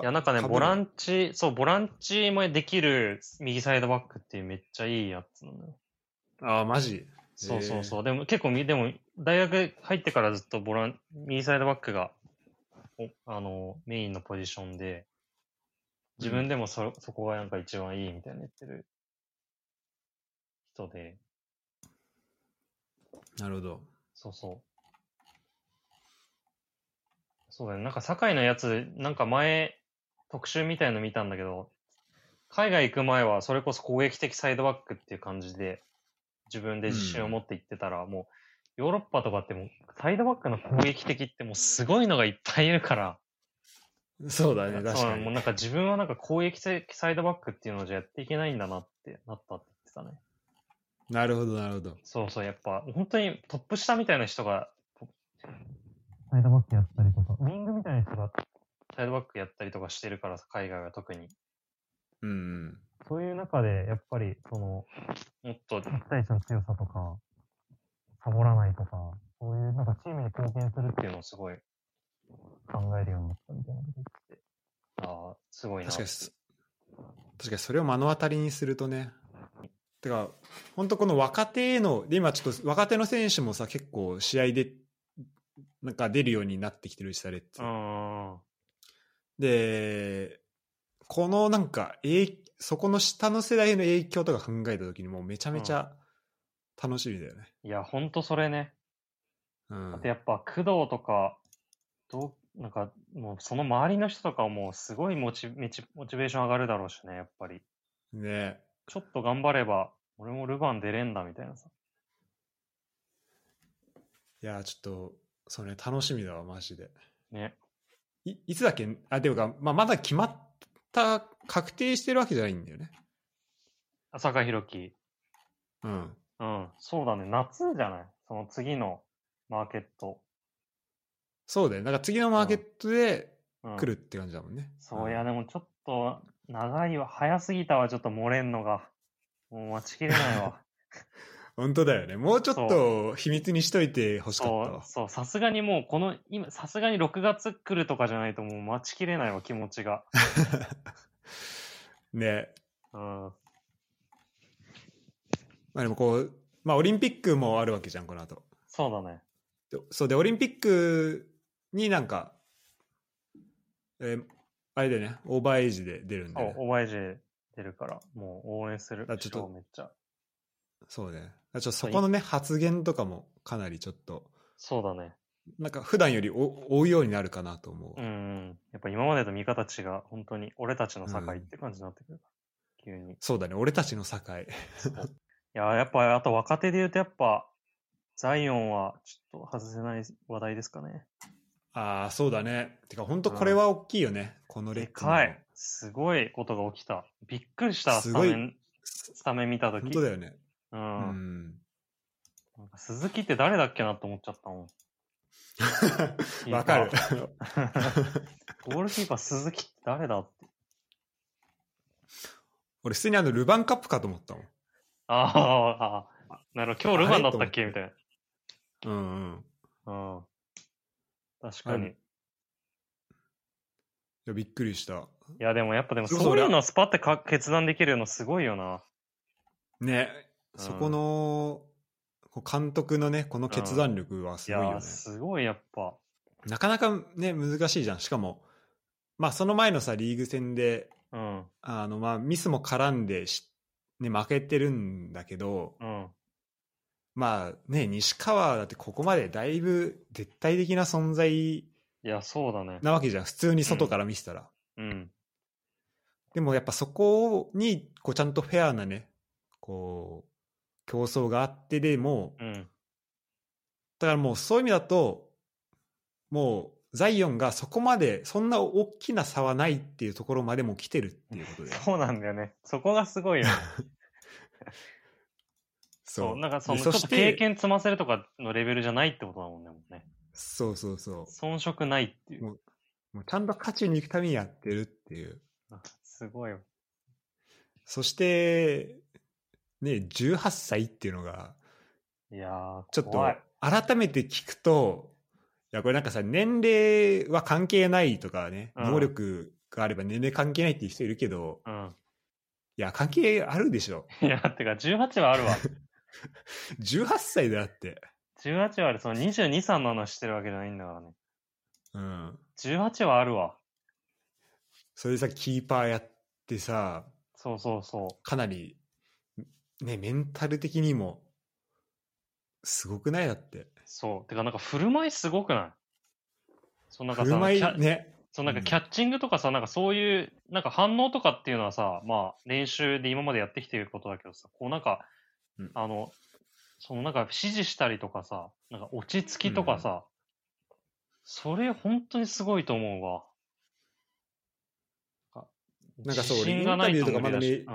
B: いや、なんかね、ボラ
A: ン
B: ンチ、そう、ボランチもできる右サイドバックっていうめっちゃいいやつなのよ。
A: ああ、マジ。
B: そうそうそう。でも結構み、でも、大学入ってからずっとボラン、右サイドバックが、おあの、メインのポジションで、自分でもそ、そこがなんか一番いいみたいな言ってる人で、
A: なるほど。
B: そうそう。そうだね。なんか、堺のやつ、なんか前、特集みたいの見たんだけど、海外行く前は、それこそ攻撃的サイドバックっていう感じで、自分で自信を持って行ってたら、もう、ヨーロッパとかってもう、サイドバックの攻撃的ってもうすごいのがいっぱいいるから、
A: そうだね、確
B: そう
A: か
B: なの
A: に。
B: もうなんか自分はなんか攻撃的サイドバックっていうのじゃやっていけないんだなってなったって言ってたね。
A: なるほど、なるほど。
B: そうそう、やっぱ、本当にトップ下みたいな人が、サイドバックやったりとか、ウィングみたいな人が、サイドバックやったりとかしてるからさ、海外は特に。
A: うんうん。
B: そういう中で、やっぱり、その、もっと、1対1の強さとか、サボらないとか、そういう、なんかチームに貢献するっていうのをすごい、考えるようになったみたいなこと言ってて。ああ、すごいな。
A: 確かにそ、確かにそれを目の当たりにするとね。てか、本当この若手への、で、今ちょっと若手の選手もさ、結構試合で、なんか出るようになってきてるしさ、レッツ
B: う。ん。
A: で、このなんか、影そこの下の世代への影響とか考えた時にもうめちゃめちゃ楽しみだよね。
B: いや、ほんとそれね。
A: うん
B: あとやっぱ工藤とか、どうなんかもうその周りの人とかはもうすごいモチメチモチベーション上がるだろうしね、やっぱり。
A: ね
B: ちょっと頑張れば、俺もルヴァン出れんだみたいなさ。
A: いや、ちょっと、それ楽しみだわ、マジで。
B: ね。
A: いいつだっけあ、ていうか、まあ、まだ決まった、確定してるわけじゃないんだよね。
B: 朝霞弘樹。
A: うん。
B: うん、そうだね。夏じゃないその次のマーケット。
A: そうだよ。なんか次のマーケットで
B: うん、
A: 来るって感じだもんね。
B: そうい
A: ん
B: や、でもちょっと長いわ。早すぎたわ、ちょっと漏れんのが。もう待ちきれない
A: [laughs]
B: わ。
A: 本当だよね。もうちょっと秘密にしといて欲しかった
B: そう
A: わ、。
B: そう、さすがにもうこの、今、さすがに6月来るとかじゃないともう待ちきれないわ、気持ちが。
A: ね。
B: うん、
A: まあでもこう、まあオリンピックもあるわけじゃん、この後。
B: そうだね。
A: でそうで、オリンピックになんか、えーあれだよね、オーバーエイジで出るんで、
B: そう
A: ね、。
B: オーバーエイジてるから、もう応援する。
A: あちょっと
B: 超めっちゃ。
A: そうね。あちょっとそこのね、発言とかもかなりちょっと、
B: そうだね。
A: なんか普段よりお追うようになるかなと思う。
B: うんうん。やっぱ今までと見方違う。本当に、俺たちの境って感じになってくるから。急に。
A: そうだね、俺たちの境。
B: いやー、やっぱ、あと若手で言うと、やっぱ、ザイオンはちょっと外せない話題ですかね。
A: ああ、そうだね。てか、本当これは大きいよね。このレ
B: で
A: ッ
B: かい。すごいことが起きた。びっくりした、
A: す
B: ス
A: ご
B: タ
A: い
B: メン、スタメン見たと
A: 本
B: き。
A: 当だよね。
B: う。
A: うんん。
B: なんか鈴木って誰だっけなって思っちゃったもん。
A: わかる。
B: [laughs] ゴールキーパー鈴木って誰だって。
A: 俺、普通にあの、ルヴァンカップかと思ったもん。
B: あーあー、なるほど。今日ルヴァンだったっけみたい
A: うんうん。い
B: な。うん。確かに。
A: うん
B: い
A: や、びっくりした。
B: や、でもやっぱでも、
A: それこそ
B: そう
A: 俺
B: い
A: は
B: うのをスパってか決断できるのすごいよな。
A: ね。
B: うん
A: そこの、こう監督のね、この決断力はす
B: い
A: ごい
B: や
A: よね。
B: ー、すごいやっぱ。
A: なかなかね、難しいじゃん。しかも、まあ、その前のさ、リーグ戦で、
B: うん。
A: あの、まあ、ミスも絡んでし、ね、負けてるんだけど、
B: うん。
A: まあね、西川だってここまでだいぶ絶対的な存在
B: いや、そうだね。
A: なわけじゃん。普通に外から見せたら。
B: うん。
A: でもやっぱそこに、こうちゃんとフェアなね、こう、競争があってでもう、
B: うん。
A: だからもうそういう意味だと、もう、ザイオンがそこまで、そんな大きな差はないっていうところまでも来てるっていうことで。
B: そうなんだよね。そこがすごいよね。 [laughs] そう。なんかその、
A: で
B: ち
A: [laughs]
B: ょ
A: そ
B: っ
A: して
B: と経験積ませるとかのレベルじゃないってことだもんね。もうね
A: そうそうそ
B: 遜色ないっていう。
A: う。もうちゃんと勝ちに行くためにやってるっていう。
B: [laughs] すごいよ。
A: そして、ね、18歳っていうのが、
B: いやー、
A: ちょっと
B: 怖い
A: 改めて聞くと、いや、これなんかさ、年齢は関係ないとかね、
B: うん
A: 能力があれば年齢関係ないっていう人いるけど、
B: うん。 [laughs]
A: いや、関係あるでしょ。
B: いや、てか、18はあるわ。
A: 18歳だって。
B: 18はある。その22、3の話してるわけじゃないんだからね。
A: うん。
B: 18はあるわ。
A: それでさ、キーパーやってさ、
B: そうそうそ
A: かなり、ね、メンタル的にも、すごくないだって。
B: う。そう。てか、なんか、振る舞いすごくないそう、なん
A: 振
B: か
A: る
B: さ、
A: 舞
B: キャ
A: いね。
B: そうなん
A: う
B: か
A: ん
B: キャッチングとかさ、なんかそういう、なんか反応とかっていうのはさ、まあ練習で今までやってきてることだけどさ、こうなんか、
A: うん
B: あの、そのなんか指示したりとかさ、なんか落ち着きとかさ、それ本当にすごいと思うわ。
A: なんかそう
B: 自信がないと
A: インタビューとかまだ
B: 無理
A: 見
B: だし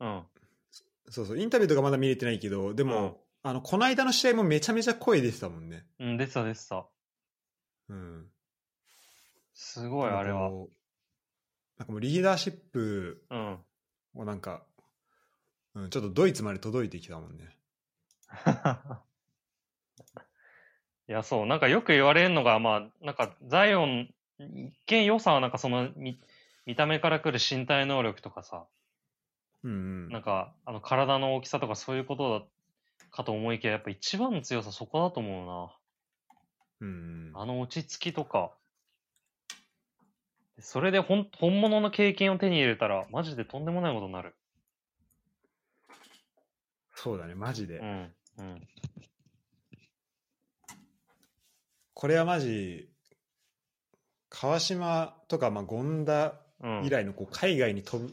B: うん。うん。
A: そうそう、インタビューとかまだ見れてないけど、でも、あの、この間の試合もめちゃめちゃ声出てたもんね。
B: うん、出てた出てた。
A: うん。
B: すごい、あれは。
A: こうなんかもうリーダーシップ
B: うん。
A: をなんか、うん、ちょっとドイツまで届いてきたもんね。
B: [laughs] いや、そう。なんかよく言われるのが、まあ、なんか、ザイオン、一見良さはなんかその見、見た目から来る身体能力とかさ、
A: うん、うん。
B: なんか、あの、体の大きさとかそういうことだ、かと思いきや、やっぱ一番の強さそこだと思
A: うん
B: うな。あの落ち着きとか。それで本、本物の経験を手に入れたら、マジでとんでもないことになる。
A: そうだね、マジで。
B: うん。うん。
A: これはマジ、川島とか、まあ、権田
B: うん。
A: 以来のこう海外に飛ぶ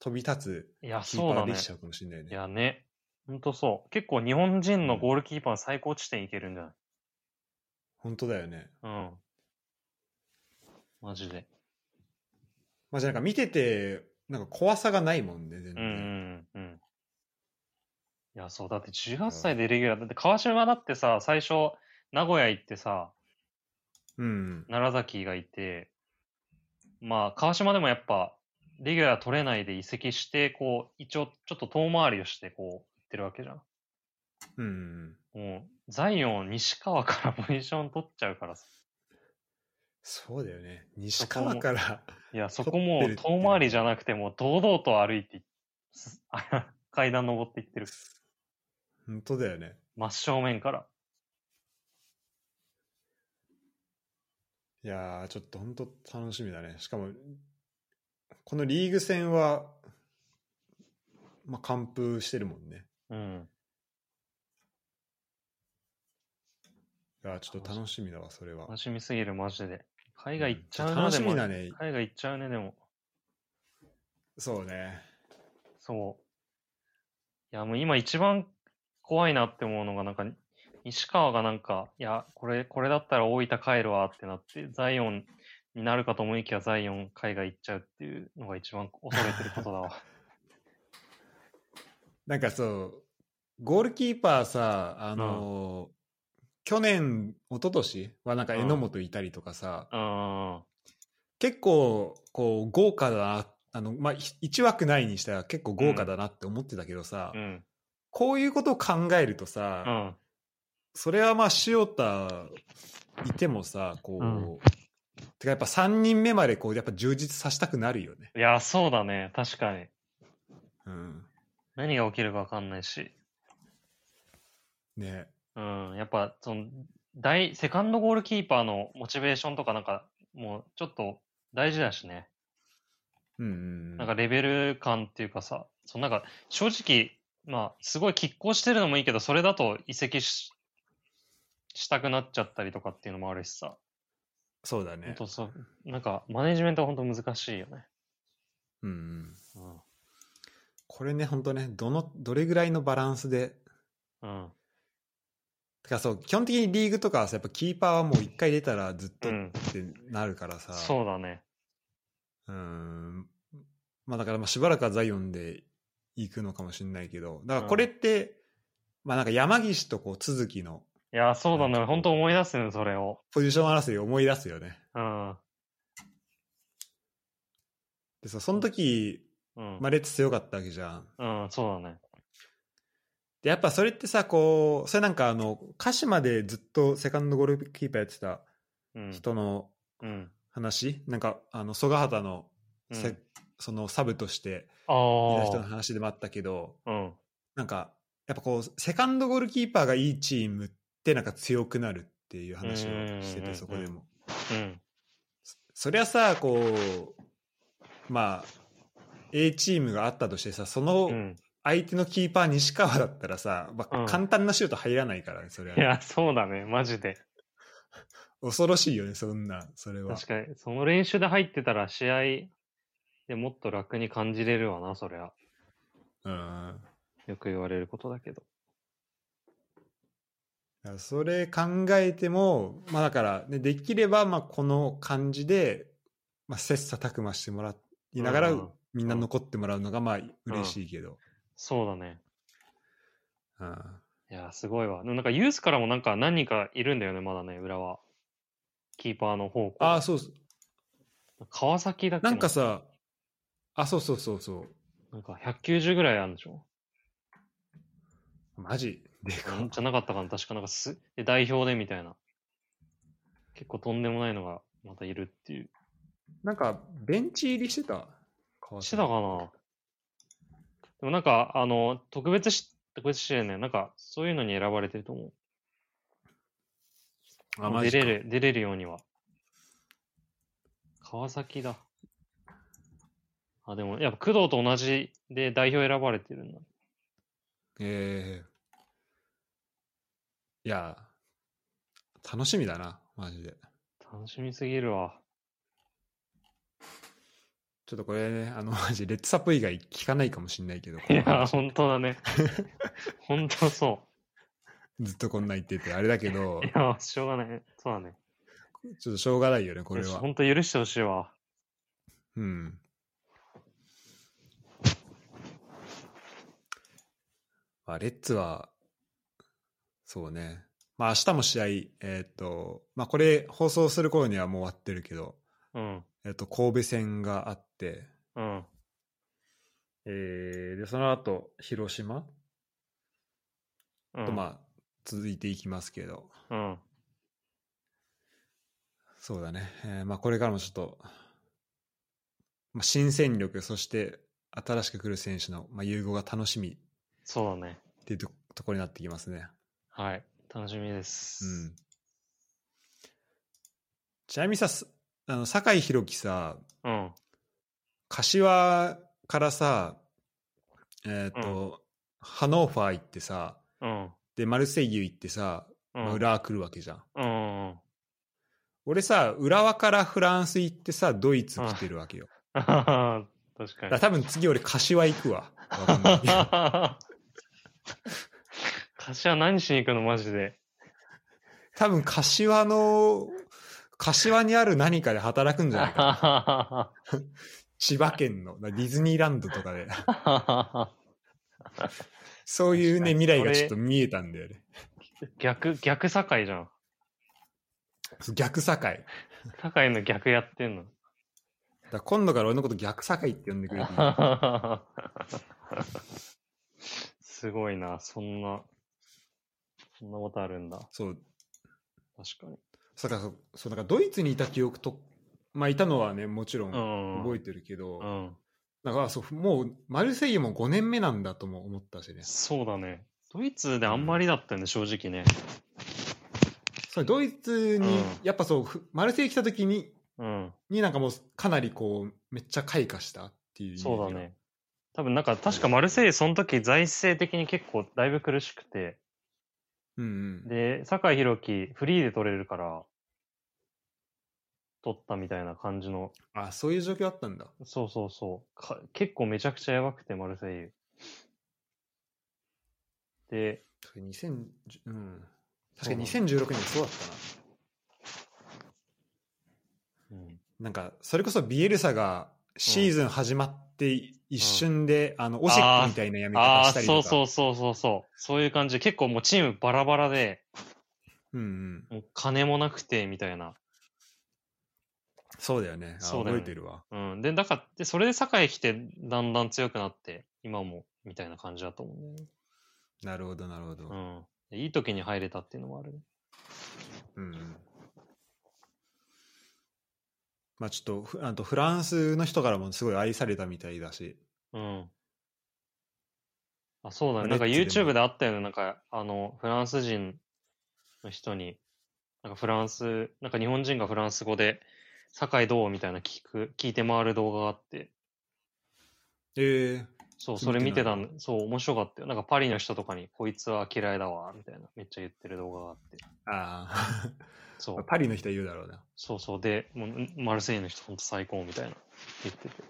A: 飛び立
B: いや、
A: つキー
B: そう
A: パ
B: だ
A: ー
B: ね
A: でき。ちゃうかもしれないね。
B: いやね。ほんとそう。結構日本人のゴールキーパーの最高地点いけるんじゃない
A: 本当だよね。
B: うん。マジで。
A: まあ、じゃあなんか見てて、なんか怖さがないもんね、全
B: う
A: 然。
B: んうんうん。いや、そう、だって18歳でレギュラー、だって川島だってさ、最初、名古屋行ってさ、
A: うん。
B: 奈良崎がいて、まあ、川島でもやっぱ、レギュラー取れないで移籍して、こう、一応、ちょっと遠回りをして、こう、行ってるわけじゃん。
A: うん。
B: もう、ザイオン、西川からポジション取っちゃうからさ。
A: そうだよね。西川から。 [laughs]
B: いや、そこも
A: 取ってる
B: う
A: っていう
B: 遠回りじゃなくて、もう堂々と歩いてい、 [laughs] す階段登っていってる。
A: 本当だよね。
B: 真正面から。
A: いやー、ちょっと本当楽しみだね。しかも、このリーグ戦は、まあ、完封してるもんね。
B: うん。
A: いや、ちょっと楽しみだわ、それは。
B: 楽しみすぎる、マジで。海外行っちゃう
A: うん
B: な、
A: 楽
B: で
A: し
B: も
A: み。だね。
B: 海外行っちゃうね、でも。
A: そうね。
B: そう。いや、もう今一番怖いなって思うのが、なんか、西川がなんか、いや、これ、これだったら大分帰るわってなって、ザイオンになるかと思いきや、ザイオン海外行っちゃうっていうのが一番恐れてることだわ。
A: なんかそう、ゴールキーパーさ、あのー去年、一昨年はなんか
B: うん
A: 榎本いたりとかさ、 [laughs]
B: うん。
A: 結構、こう、豪華だな、あの、まあ、1枠ないにしたら結構豪華だなって思ってたけどさ、
B: うん。
A: こういうことを考えるとさ、
B: うん。
A: それはまあ、塩田いてもさ、こう、
B: うん
A: てかやっぱ3人目までこう、やっぱ充実させたくなるよね。
B: いや、そうだね。確かに。
A: うん。
B: 何が起きるかわかんないし。
A: ね。
B: うん。やっぱ、その、大、セカンドゴールキーパーのモチベーションとかなんか、もうちょっと大事だしね。
A: うんうんうん。
B: なんかレベル感っていうかさ、そのなんか正直、まあ、すごい拮抗してるのもいいけど、それだと移籍ししたくなっちゃったりとかっていうのもあるしさ、
A: そうだね
B: 本。当そう、なんかマネジメントは本当難しいよね。
A: うんうん。
B: うん。
A: これね、本当ね、どの、どれぐらいのバランスで、
B: うん。
A: てかそう、基本的にリーグとかはさ、やっぱキーパーはもう一回出たらずっと
B: う
A: っ
B: ん、
A: てなるからさ、
B: そうだね。
A: うーん。まあだからまあしばらくはザイオンで行くのかもしれないけど、だからこれって、まあなんか山岸とこう、都築の
B: いや、そう
A: な
B: だ
A: ん
B: ね。
A: か
B: 本当思い出すね、それを。
A: ポジション争いを思い出すよね。
B: うん。
A: でさ、その時、
B: うん。
A: まあレッツ強かったわけじゃん。
B: うん、そうだね。
A: で、やっぱそれってさ、こう、それなんかあの、鹿島でずっとセカンドゴールキーパーやってた
B: うん。
A: 人の
B: うん。
A: 話、なんかあの、曽我畑の
B: うん
A: せそのサブとして
B: あ
A: いた人の
B: あ。
A: 話でもあったけど
B: うん。
A: なんかやっぱこうセカンドゴールキーパーがいいチームってなんか強くなるっていう話をして
B: うんうんうんう
A: て
B: ん
A: そこでも
B: うん。
A: そそりゃさこうまあ A チームがあったとしてさそうの
B: ん。
A: 相手のキーパー西川だったらさ、まあ
B: うん
A: 簡単なシュート入らないからねそれ
B: い
A: は
B: や、そうだね。マジで。
A: 恐ろしいよねそんなそれは
B: 確かに、その練習で入ってたら試合でもっと楽に感じれるわな、そりゃ。
A: うん
B: よく言われることだけど。
A: だからそれ考えても、まあ、だから、ね、できればまあこの感じで、まあ、切磋琢磨してもらいながら、
B: うん
A: みんな残ってもらうのがまあ嬉しいけど、
B: そうだね。
A: うん
B: いや、すごいわ。でもなんかユースからもなんか何人かいるんだよね、まだね、裏は。キーパーの方向。
A: ああそうそう
B: 川崎だっけ
A: なんか、さあそうそうそうそ
B: なんか190ぐらいあるんでしょ
A: うマジでか
B: じゃなかったかな、確かなんかす、で代表でみたいな。結構とんでもないのがまたいるっていう。
A: なんかベンチ入りしてた川崎
B: してたかなでもなんか、あの、特別し、特別試合ね、なんか、そういうのに選ばれてると思う。
A: あマジか
B: 出れる、出れるようには。川崎だ。あ、でも、やっぱ工藤と同じで代表選ばれてるんだ。
A: えーいや楽しみだなマジで
B: 楽しみすぎるわ。
A: ちょっとこれねあのマジレッツサップ以外聞かないかもしれないけど
B: いや、本当
A: [laughs]
B: だね。本当そ
A: ずっとこんな言ってて、あれだけ [laughs] ど
B: う。い、や、しょうがない。そうだね。
A: ちょっとしょうがないよね、これ
B: いや
A: は。
B: 本当許してほしいわ。
A: うん。まあ、レッツは、そうね。まあ、明日も試合、えーっ、と、まあ、これ、放送する頃にはもう終わってるけど、
B: うん。
A: えーっ、と、神戸戦があって、
B: うん。
A: えー、で、その後、広島
B: う
A: と、
B: ん。
A: まあ、続いていきますけど、
B: うん。
A: そうだね。えーまあ、これからもちょっと、まあ、新戦力、そして新しく来る選手の、まあ、融合が楽しみっ
B: そうだね。
A: ていうとところになってきますね。
B: はい。楽しみで
A: う
B: す。
A: ん。ちなみにさ、すあの、酒井宏樹さ、
B: うん。
A: 柏からさ、えっ、と、ハノーファー行ってさ、
B: うん。
A: で、マルセイユ行ってさ、
B: う
A: まあ、
B: ん。
A: 浦和来るわけじゃん。
B: うん。 [laughs] うん。
A: 俺さ、浦和からフランス行ってさ、ドイツ来てるわけよ。
B: 確か
A: だ
B: に
A: から。多分次俺、柏行くわ。わかんないけど
B: [laughs] 柏何しに行くのマジで。
A: 多分柏の、柏にある何かで働くんじゃないか
B: [laughs]
A: な。千葉県の、ディズニーランドとか
B: [laughs]
A: で。そういうね、未
B: 確か
A: 来が
B: に
A: ちょっと見えたんだよね。
B: 逆、逆境じゃん。
A: 逆境。だか
B: 境の逆やってんの。
A: ら今度から俺のこと逆境って呼んでくれていい
B: すごいな、そんな、そんなことあるんだ。
A: そう。
B: 確かに。
A: そうか、そう、そうなんかドイツにいた記憶と、まあいたのはね、もちろん
B: うん。
A: 覚えてるけど、
B: うん。
A: だからそう、もうマルセイユも5年目なんだとも思ったしね。
B: そうだね。ドイツであんまりだったよね、正直ね。
A: そうドイツに、
B: うん
A: やっぱそう、ふマルセイユ来た時に、
B: うん。
A: になんかもうかなりこう、めっちゃ開花したっていうイメージが
B: そうだ。ね。多分なんか、確かマルセイユ、その時財政的に結構だいぶ苦しくて、
A: うんうん。
B: で、酒井宏樹、フリーで取れるから、取ったみたいな感じの、
A: あ、そういう状況あったんだ。
B: そうそうそう、か結構めちゃくちゃやばくて、マルセイユ。で、
A: 2010うん。確かに
B: そ
A: 2016年そうだったな。
B: うん、
A: なんか、それこそビエルサがシーズン始まって一瞬で、あの、オシックみたいなやめ方
B: ああ
A: した
B: ー、
A: り
B: そ
A: と
B: う
A: か。
B: そうそうそうそう、そういう感じで、結構もうチームバラバラで、
A: うんうん。
B: もう金もなくて、みたいな。
A: そうだよね。あ
B: そうだよ
A: 覚えて
B: ね
A: るわ。
B: うん。で、だから、で、それで酒井来て、だんだん強くなって、今も、みたいな感じだと思うね。
A: なるほど、なるほど。
B: うん。いい時に入れたっていうのもあるね。
A: うんうん。まあちょっとフ、あとフランスの人からもすごい愛されたみたいだし。
B: うん。あ、そうだね。
A: ま
B: な
A: あ
B: んか
A: レッツでも
B: YouTube であったよね。なんか、あの、フランス人の人に、なんかフランス、なんか日本人がフランス語で、酒井どうみたいな聞く、聞いて回る動画があって、
A: ええ
B: そ
A: 聞
B: う、
A: いて
B: それ見てた
A: ない
B: んそう、面白かったよ。なんかパリの人とかに、こいつは嫌いだわ、みたいな、めっちゃ言ってる動画があって。
A: [laughs] あ
B: そ
A: あ、
B: う、
A: パリの人は言うだろうな。
B: そうそう。で、もうんマルセイユの人、ほんと最高、みたいな、言ってて。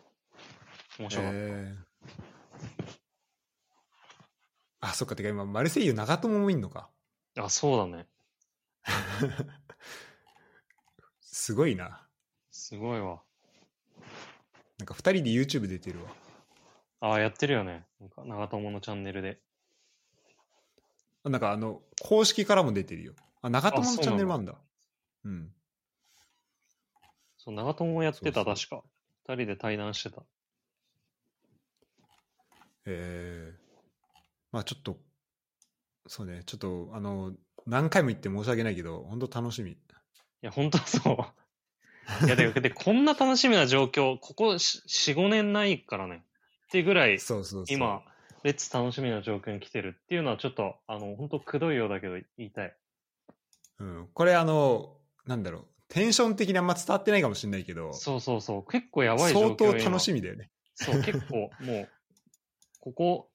B: 面白かった。
A: ええあ、そっか、てか今、マルセイユ長友もいんの
B: [laughs]
A: か。
B: あ、そうだね。
A: すごいな。
B: すごいわ。
A: なんか2人で YouTube 出てるわ。
B: ああ、やってるよね。なんか長友のチャンネルで。
A: あなんかあの、公式からも出てるよ。あ、長友の
B: あそう
A: チャンネルもあ
B: なん
A: だ。うん。
B: そう、長友もやってた、
A: そう
B: 確か。二人で対談してた。
A: ええまあちょっと、そうね、ちょっと、あの、何回も言って申し訳ないけど、本当楽しみ。
B: いや、本当そう。いや、で、でこんな楽しみな状況、ここし4、5年ないからね。っていうぐらい、
A: そうそうそう。
B: 今、レッツ楽しみな状況に来てるっていうのは、ちょっと、あの、本当くどいようだけど、言いたい。
A: うん。これあの、なんだろう、テンション的にあんま伝わってないかもしれないけど、
B: そうそうそう。結構やばい状況
A: 相当
B: 今
A: 楽しみだよね。
B: そう、結構、もう、ここ、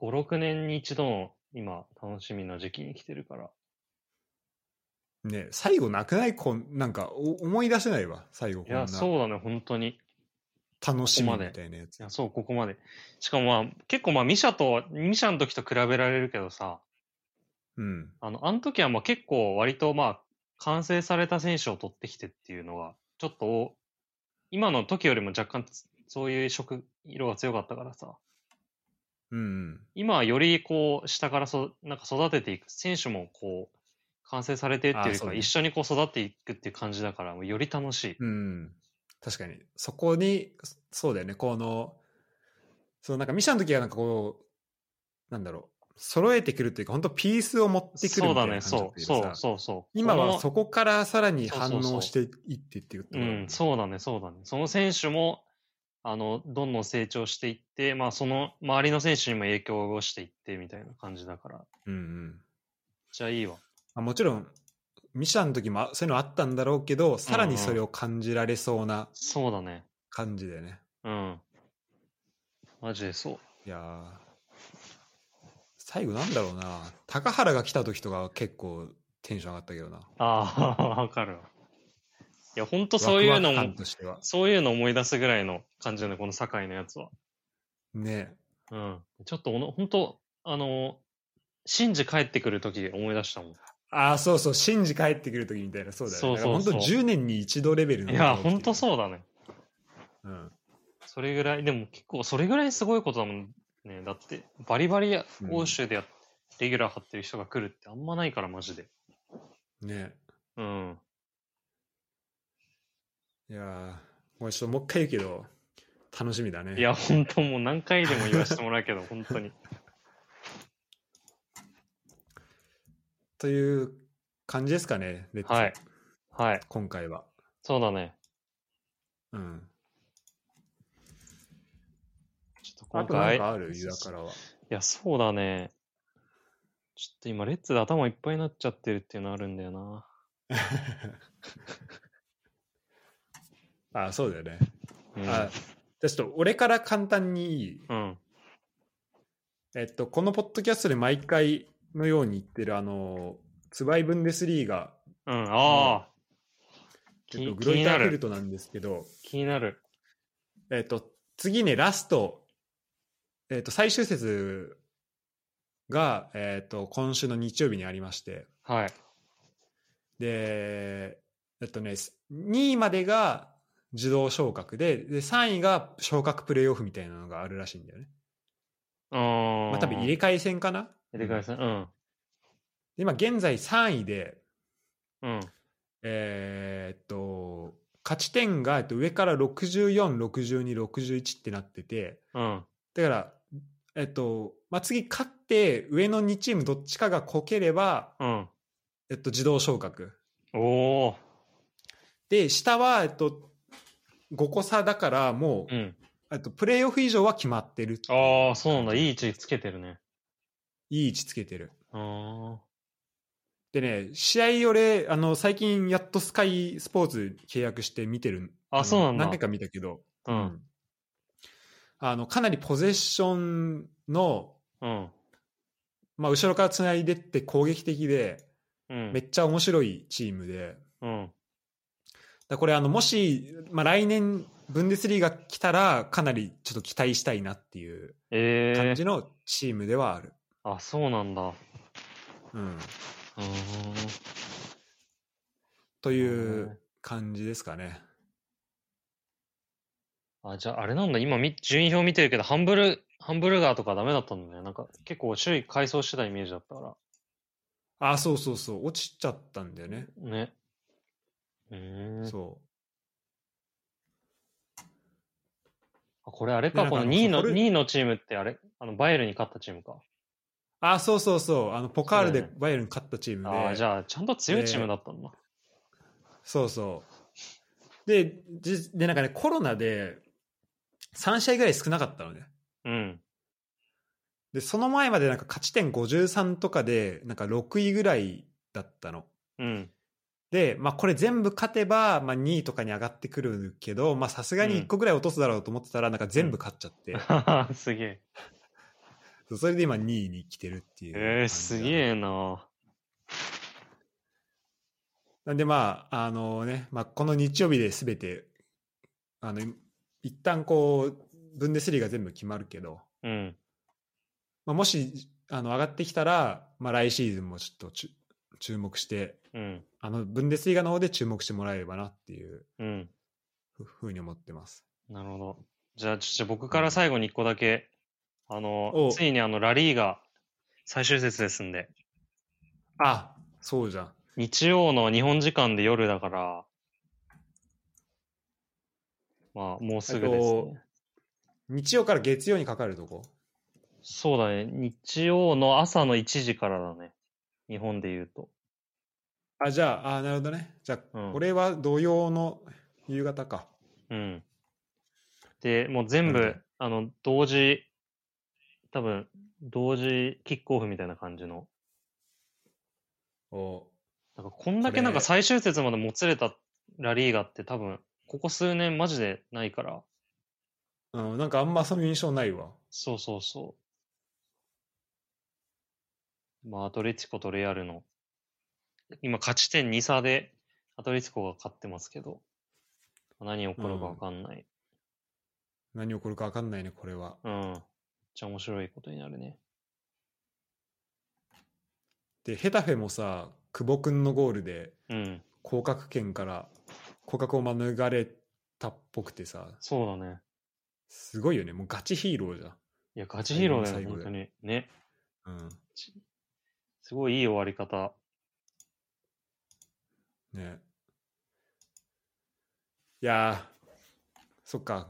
B: 5、6年に一度の、今、楽しみな時期に来てるから。
A: ね、最後なくないこんなんかお思い出せないわ、最後
B: い
A: こんな
B: や、そうだね、本当に。い
A: 楽しみみたいなやつ。
B: や、そう、ここまで。しかもまあ、結構まあ、ミシャと、ミシャの時と比べられるけどさ、
A: うん。
B: あの、あの時はまあ結構割とまあ、完成された選手を取ってきてっていうのが、ちょっとお、今の時よりも若干つ、そういう色、色が強かったからさ、
A: うんうん。
B: 今はよりこう、下からそ、なんか育てていく、選手もこう、完成されてっていうよ
A: あ
B: り
A: そう
B: か、
A: ね
B: 一緒にこう育っていくっていう感じだから、もうより楽しい。
A: うん、確かにそこにそそうだよねこのそのなんかミシャの時はなんかこうなんだろう揃えてくるというか本当ピースを持ってくる
B: そう
A: みた
B: だ
A: いな
B: ね、
A: 感じだった
B: そう、
A: けど
B: そう、
A: さ
B: そう、そう。
A: 今
B: こ
A: は
B: の
A: そこからさらに
B: そうそう
A: 反
B: そう
A: 応していってっていうとこ
B: う
A: ろだもね
B: ん、そうだね、そうだね。その選手も、あの、どんどん成長していって、まあ、その周りの選手にも影響を及ぼしていってみたいな感じだから、めっ
A: うんうん
B: ちゃいいわ。
A: まあ、もちろんミシャの時もあそういうのあったんだろうけどさらにそれを感じられそうな
B: そうだね。
A: 感じだよね、
B: うん。マジでそう。
A: いやー最後なんだろうな高原が来た時とか結構テンション上がったけどな
B: ああ、 [laughs] わかるわ。いや、ほんとそういうの
A: ワクワク
B: も
A: 感、としては
B: そういうの思い出すぐらいの感じだね、この堺のやつは。
A: ね
B: うん。ちょっとおの、ほんと、あの、シンジ帰ってくるとき思い出したもん。
A: ああそうそうシンジ帰ってくる時みたいなそうだよね
B: そうそうそう
A: だからほんと10年に一度レベルの
B: いや、ほんと
A: う、
B: そうだね。
A: うん、
B: それぐらい、でも結構、それぐらいすごいことだもんね。だって、バリバリや
A: うん
B: 欧州でやレギュラー張ってる人が来るってあんまないから、マジで。
A: ね
B: うん。
A: いやーもうちょっともう一回言うけど楽しみだね
B: いや、ほんともう何回でも言わせてもら
A: [laughs]
B: うけど、ほんとに。
A: という感じですかねレッツ
B: はいはい。
A: 今回は
B: そうだね。
A: うん
B: ちょっと
A: あ
B: 今
A: とな
B: 回。
A: んかあるユダからはい [laughs]
B: や、そうだね。ちょっと今、レッツで頭いっぱいになっちゃってるっていうのあるんだよな。
A: ああそうだよね
B: うん。
A: あじゃあちょっと俺から簡単にいい
B: うん、
A: えっと、このポッドキャストで毎回のように言ってる、あの、ツバイ・ブンデスリーガ、
B: うん、ああ、
A: えっ
B: 気
A: と、
B: に
A: グロイタ
B: 気にな
A: ー・
B: る
A: フェルトなんですけど、
B: 気になる。
A: えっと、次ね、ラスト、えっと、最終節が、えっと、今週の日曜日にありまして、
B: はい。
A: で、えっとね、2位までが自動昇格で、で、3位が昇格プレーオフみたいなのがあるらしいんだよね。
B: うーん。
A: まあ、多分入れ替え戦かな
B: 入れ替えさん。うん。
A: で今、現在3位で、
B: うん。
A: えーっと、勝ち点がえっと上から64、62、61ってなってて、
B: うん。
A: だから、えっと、まあ、次勝って上の2チームどっちかがこければ、
B: うん。
A: えっと、自動昇格。
B: おお。
A: で、下は、えっと、5個差だから、も
B: う
A: う、
B: ん。
A: えっと、プレーオフ以上は決まってるっていう
B: ああ、そうなんだ。いい位置つけてるね。
A: いい位置つけてる。
B: あ
A: でね、試合俺、あの、最近やっとスカイスポーツ契約して見てる。
B: あ
A: の
B: そうなんだ
A: 何回か見たけど、
B: あ。うん。
A: あのかなりポゼッションの、
B: うん。
A: まあ、後ろからつないでって攻撃的で
B: うん。
A: めっちゃ面白いチームで
B: うん。
A: だこれあのもし、まあ、来年ブンデスリーが来たらかなりちょっと期待したいなっていう
B: ええ
A: 感じのチームではある、
B: あ、そうなんだ。う
A: うん、
B: ーん。
A: とい
B: はいう
A: 感じですかね
B: あ、じゃあ、あれなんだ、今み、順位表見てるけど、ハンブル、ハンブルガーとかダメだったんだね。なんか、結構、周囲改装してたイメージだったか
A: あそうそうそう落ちちゃったんだよね、
B: ら。ね。うーん。
A: そう
B: あこれあれ
A: で
B: か、
A: なんか
B: こ
A: あ
B: の
A: の
B: 2位の、
A: ホル
B: 2位のチームってあれあの、バイエルンに勝ったチームか。
A: あそうそうそうあのポカール
B: そう
A: で
B: だ
A: バイエルン勝ったチームで、
B: ああ、じゃあ、ちゃんと強いチームだったんだ。
A: そうそう。で、じでなんかね、コロナで3試合ぐらい少なかったのね。
B: うん。
A: で、その前までなんか勝ち点53とかで、なんか6位ぐらいだったの。
B: うん。 [laughs]
A: で、まあこれ全部勝てば、まあ2位とかに上がってくるけど、まあさすがに1個ぐらい落とすだろうと思ってたら、なんか全部勝っちゃって、
B: すげえ。
A: [laughs] そうそれで今2位に来てるっていう感じだね。
B: えー、すげえな
A: なんでまあ、あのね、まあ、この日曜日で全て、あの、一旦こう、ブンデスリーが全部決まるけど、
B: うん。
A: まあ、もしあの上がってきたら、まあ、来シーズンもちょっとちゅ注目して
B: うん。
A: あのブンデスリーガの方で注目してもらえればなっていう
B: うん。
A: ふふうに思ってます
B: なるほど。じゃあ、ちょっと僕から最後に1個だけ、あの
A: お、
B: ついにあの、ラリーが最終節ですんで、
A: あそうじゃん
B: 日曜の日本時間で夜だから、まあ、もうすぐです、
A: えっ
B: ね
A: と。日曜から月曜にかかるとこ
B: そうだね。日曜の朝の1時からだね。日本で言うと。
A: あじゃああなるほどねじゃあ、
B: うん
A: これは土曜の夕方か
B: うん。で、もう全
A: なる
B: 部
A: ほ、
B: あの、同時、多分、同時キックオフみたいな感じの。
A: お
B: なんかこんだけなんか最終節までもつれたラリーガって多分、ここ数年マジでないから、
A: うん、なんかあんまその印象ないわ。
B: そうそうそう。まあ、アトレティコとレアルの、今勝ち点2差でアトレティコが勝ってますけど、何起こるかわかんない。
A: 何起こるか分かんないね、これは。
B: うん。めっちゃ面白いことになるね。
A: で、ヘタフェもさ、久保君のゴールで
B: うん。
A: 降格圏から降格を免れたっぽくてさ、
B: そうだね。
A: すごいよね。もうガチヒーローじゃ
B: いや、ガチヒーローだよ
A: 最
B: ね、
A: 後の最
B: 本当
A: 後
B: に。ね。
A: ん。うん。
B: すごいいい終わり方。
A: ねいやーそっか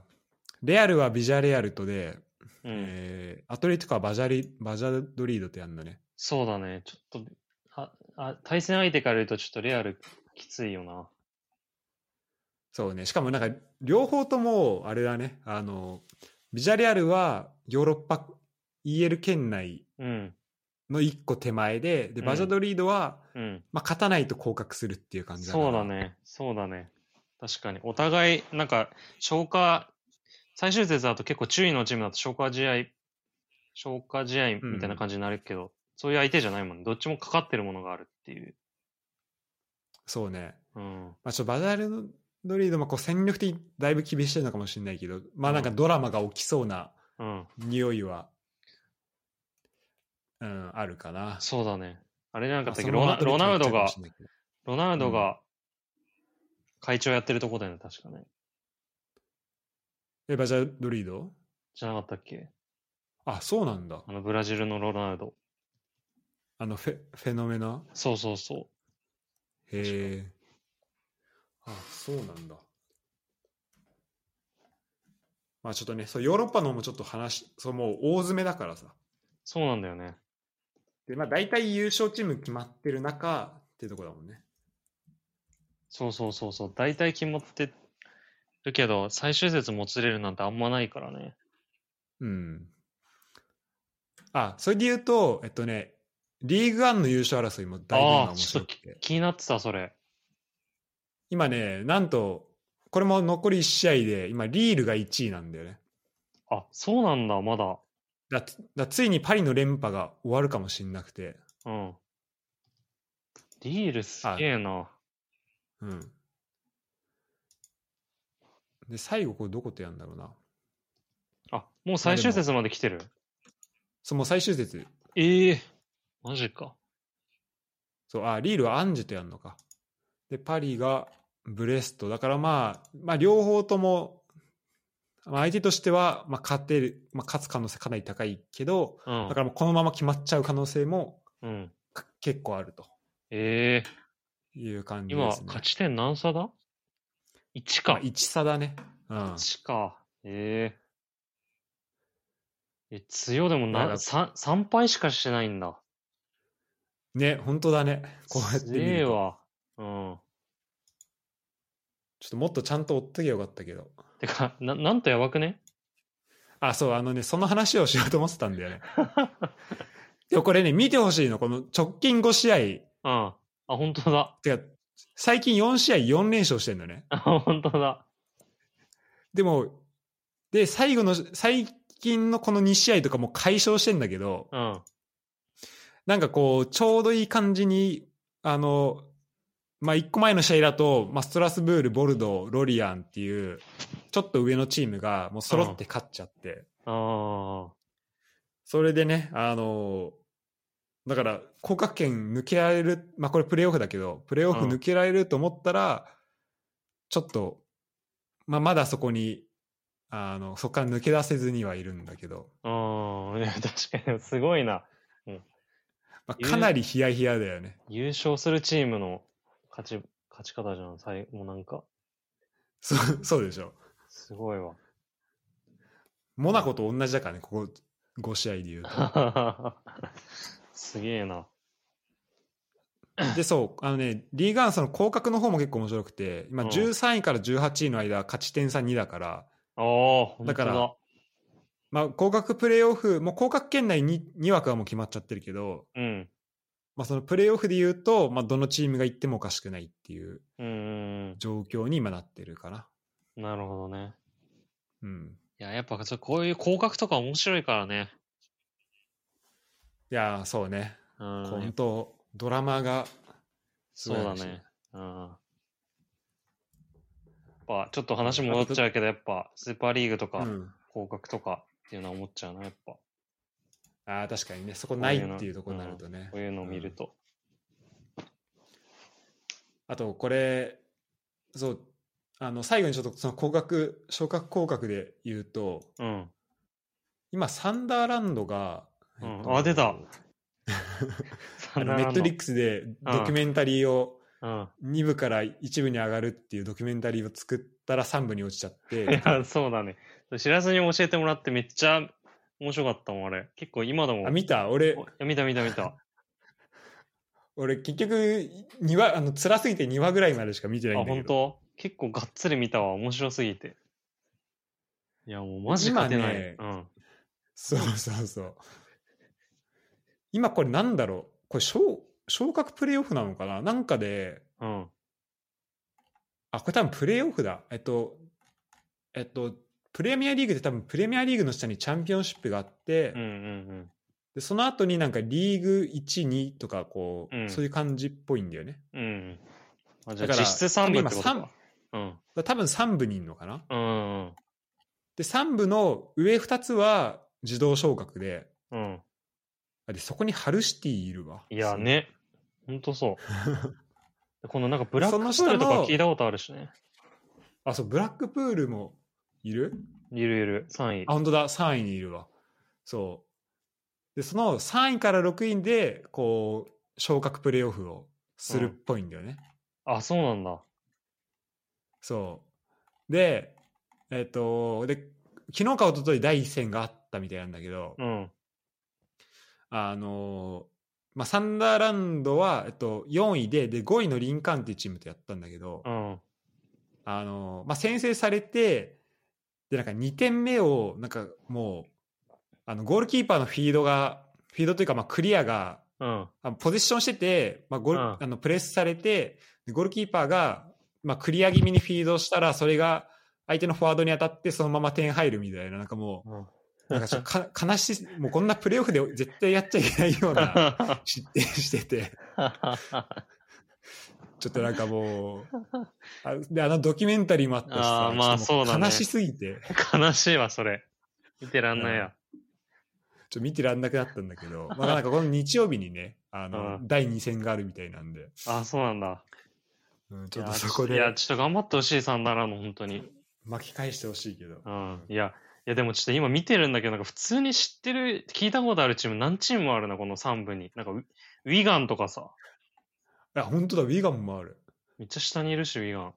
A: レアルはビジャレアルトで、
B: うん。
A: えーアトレティコはバジャリバジャドリードってやんだね
B: そうだね。ちょっと、ああ対戦相手から言うとちょっとレアルきついよな。
A: そうねしかもなんか両方ともあれだねあのビジャレアルはヨーロッパ EL 圏内
B: うん。
A: の一個手前でで
B: うん
A: バジャドリードは、
B: うん。
A: まあ、勝たないと降格するっていう感じだな
B: そうだね。そうだね。確かに。お互い、なんか、消化、最終節だと結構注意のチームだと消化試合、消化試合みたいな感じになるけど、そういう相手じゃないもんね。どっちもかかってるものがあるっていう。
A: そうね、
B: うん。
A: まあ、ちょっとバジャドリードもこう戦力的にだいぶ厳しいのかもしれないけどまあなんかドラマが起きそうな、
B: うん。
A: 匂いは、うん、あるかな。
B: そうだね。あれじゃなかったっけ
A: まあ
B: ロナ
A: その
B: ロナウドが
A: 後、で決まっちゃうかもしれないけど
B: ロナウド
A: う
B: が会長やってるとこだよね、確かね。
A: え、バジャドリード
B: じゃなかったっけ
A: あ、そうなんだ
B: あ。の、ブラジルのロナウド。
A: あのフェ、フェノメナ
B: そうそうそ
A: へえ。あ、そうなんだ。まあちょっとね、そうヨーロッパの方もちょっと話、そうもう大詰めだからさ。
B: う。そうなんだよね。
A: で、まあ大体優勝チーム決まってる中っていうとこだもんね。
B: そうそうそうそう。大体決まってるけど、最終節もつれるなんてあんまないからね。
A: うん。あ、それで言うと、えっとね、リーグワンの優勝争いもだいぶ今面白くて。
B: 気になってた、それ。
A: 今ね、なんと、これも残り1試合で、今、リールが1位なんだよね。
B: あ、そうなんだ、まだ。
A: だだからついにパリの連覇が終わるかもしれなくて、
B: うん。リールすげえな。
A: うん。で、最後、これどことやるんだろうな。
B: あ、もう最終節まで来てる。
A: そう、もう最終節。
B: ええマジか。
A: そう、あ、リールはアンジュとやるのか。で、パリがブレスト。だからまあ、まあ、両方とも、まあ、相手としては、まあ、勝てる、まあ、勝つ可能性かなり高いけど、
B: う
A: だ
B: ん
A: か。らもうこのまま決まっちゃう可能性も
B: うん、
A: か結構あると
B: ええ
A: いう感じ
B: 今、
A: ですね。
B: 勝ち点何差だ ?1 か。
A: 1差だね。うん。
B: 1か。えええ、強でも
A: だから
B: な、3, 3敗しかしてないんだ。
A: ね、本当だね。こうやって見
B: 強え
A: ると
B: わ。うん。
A: ちょっともっとちゃんと追っときゃよかったけど。
B: てか、ななんとやばくね
A: あ、そう、あのね、その話をしようと思ってたんだよね。
B: [laughs]
A: でもこれね、見てほしいの。この直近5試合。
B: うん。あ、本当だ。 [laughs]
A: てか、最近4試合4連勝してんのね。
B: あ、本当だ。
A: でも、で、最後の、最近のこの2試合とかも解消してんだけど、
B: うん。
A: なんかこう、ちょうどいい感じに、あの、まあ、1個前の試合だと、まあ、ストラスブール、ボルドー、ロリアンっていう、ちょっと上のチームがもう揃って勝っちゃって、
B: ああ。
A: それでね、あの、だから、降格圏抜けられる、まあ、これプレーオフだけど、プレーオフ抜けられると思ったら、ちょっと、まあ、まだそこに、あの、そこから抜け出せずにはいるんだけど、
B: うん。いや確かに、すごいな。
A: まあ、かなりヒヤヒヤだよね。
B: 優勝するチームの勝ち、勝ち方じゃん。最後、もうなんか、
A: そう、そうでしょ。
B: すごい [laughs] わ。
A: モナコと同じだからね、ここ5試合で言
B: [laughs]
A: うと。
B: すげえな。
A: で、そう、あのね、リーガンその降格の方も結構面白くて、今
B: うん
A: 13位から18位の間、勝ち点差2だから、
B: ああ、本当
A: だ
B: だ。
A: からまあ、降格プレーオフ、もう降格圏内に2枠はもう決まっちゃってるけど、
B: うん。
A: まあ、そのプレーオフで言うと、まあ、どのチームが行ってもおかしくないっていう
B: うんうん
A: 状況に今なってるかな。
B: うん。なるほどね。
A: うん。
B: いいや、やっぱそうこういう広角とか面白いからね。
A: いやーそうね
B: う
A: 本
B: ん。
A: 当ドラマがす
B: そ
A: ご
B: う
A: い
B: だ
A: 話
B: ね。うん。やっぱちょっと話戻っちゃうけど、やっぱスーパーリーグと
A: う
B: か
A: ん
B: 広角とかっていうのは思っちゃうな、やっぱ。
A: あー確かにねそこないっていうところになるとね
B: こういうのを見ると。
A: あとこれそうあの最後にちょっとその広角昇格広角で言うと
B: うん。
A: 今サンダーランドが、
B: うん
A: えっと
B: あ出た
A: あのネットリックスでドキュメンタリーを
B: うん。
A: 2部から1部に上がるっていうドキュメンタリーを作ったら3部に落ちちゃっ
B: [laughs] い
A: て
B: や、そうだね。知らずに教えてもらってめっちゃ面白かったもん、あれ。結構今でも。
A: あ見た俺
B: おいや見た見た見た。
A: 俺結局2話あの辛すぎて2話ぐらいまでしか見てない
B: あ、
A: んだ
B: 本
A: けど
B: 当結構がっつり見たわ。面白すぎて。いや、もうマジ勝てない。
A: 今ね
B: うん。
A: そうそうそう今これなんだろうこれ昇昇格プレーオフなのかななんかで
B: うん。
A: あ、これ多分プレーオフだ。えっと、えっと、プレミアリーグで多分プレミアリーグの下にチャンピオンシップがあって、
B: うんうん
A: でその後になんかリーグ1、2とかこう、
B: うん
A: そういう感じっぽいんだよね。
B: うん。うん。あじゃあ
A: だから
B: 実質3部ってこと
A: 多分今
B: か。うん。
A: だから多分3部にいるのかな。
B: うんうん。
A: で、3部の上2つは自動昇格で、
B: うん。
A: あでそこにハルシティいるわ。
B: いや
A: そう。
B: ね。ほんとそう。 [laughs] このなんかブラックプ
A: その下
B: ール
A: の
B: とか聞いたことあるしね。
A: あ、そう、ブラックプールもいる
B: ゆるゆる3位
A: あ、。本当だ、3位にいるわ。そう。で、その3位から6位で、こう、昇格プレーオフをするっぽいんだよね。
B: あ、そうなんだ。
A: そう。で、えっ、と、で、昨日か一昨日第一戦があったみたいなんだけど、
B: うん。
A: あのー、まあ、サンダーランドは、えっと、4位で、で、5位のリンカーンっていうチームとやったんだけど、
B: うん。
A: あのー、まあ、先制されて、で、なんか2点目を、なんかもう、あの、ゴールキーパーのフィードが、フィードというか、まあ、クリアが、
B: うん。
A: あのポゼッションしてて、まあゴール
B: うん
A: あのプレスされて、でゴールキーパーが、まあ、クリア気味にフィードしたら、それが相手のフォワードに当たって、そのまま点入るみたいな、なんかも
B: うん。 [laughs]
A: う、なんかちょっとか悲しい、もうこんなプレーオフで絶対やっちゃいけないよう
B: [laughs]
A: な [laughs] 失点してて、ちょっとなんかもう、あであのドキュメンタリーもあったしさ
B: あーまあ
A: ちょっとも
B: そうだね
A: 悲しすぎて、
B: 悲しいわ、それ。見てらんないや。
A: ちょっと見てらんなくなったんだけ
B: [laughs]
A: ど、まあ、なんかこの日曜日にね、あの、
B: う
A: 第2戦があるみたいなんで、
B: あ、そうなんだ。
A: うん、ちょっとそこ
B: いや、
A: で
B: ちょっと頑張ってほしい、サンダーランド、本当に。
A: 巻き返してほしいけど。
B: うん。いや、いや、でもちょっと今見てるんだけど、なんか普通に知ってる、聞いたことあるチーム何チームもあるな、この3部に。なんかウ、ウィガンとかさ、
A: あ、本当だ、ウィガンもある。
B: めっちゃ下にいるし、ウィガン。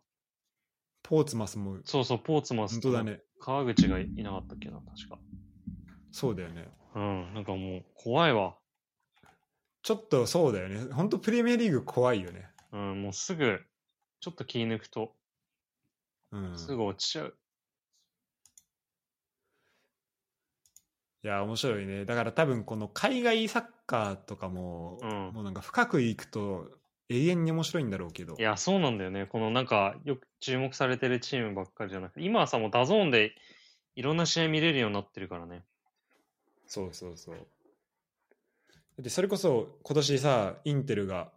A: ポーツマスも、
B: そうそう、ポーツマス
A: 本当だ。ね。
B: 川口がいなかったっけな、確か。
A: そうだよね。
B: うん、なんかもう、怖いわ。
A: ちょっとそうだよね。本当プレミアリーグ怖いよね。
B: うん、もうすぐ、ちょっと気抜くと、
A: うん。
B: すぐ落ちちゃう。
A: いや、面白いね。だから多分この海外サッカーとかも、
B: うん
A: もうなんか深くいくと永遠に面白いんだろうけど。
B: いや、そうなんだよね。このなんか、よく注目されてるチームばっかりじゃなくて、今はさ、もうダゾーンでいろんな試合見れるようになってるからね。
A: そうそうそう。で、それこそ今年さ、インテルが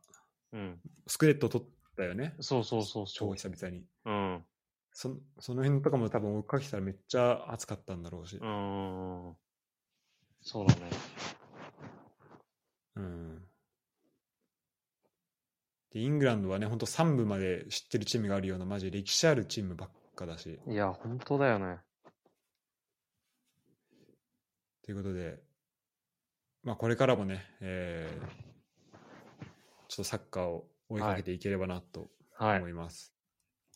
B: うん。
A: スクレット取ったよね。
B: そうそうそう
A: 超
B: そ
A: 久々に。
B: う。うん。
A: そその辺とかも多分追っかけたらめっちゃ熱かったんだろうし。
B: うーん。そうだね。
A: うんでイングランドはね、本当3部まで知ってるチームがあるような、マジ歴史あるチームばっかだし。
B: いや、本当だよね。
A: ということで、まあ、これからもね、えーちょっとサッカーを追いかけていければなと
B: はい
A: 思。います。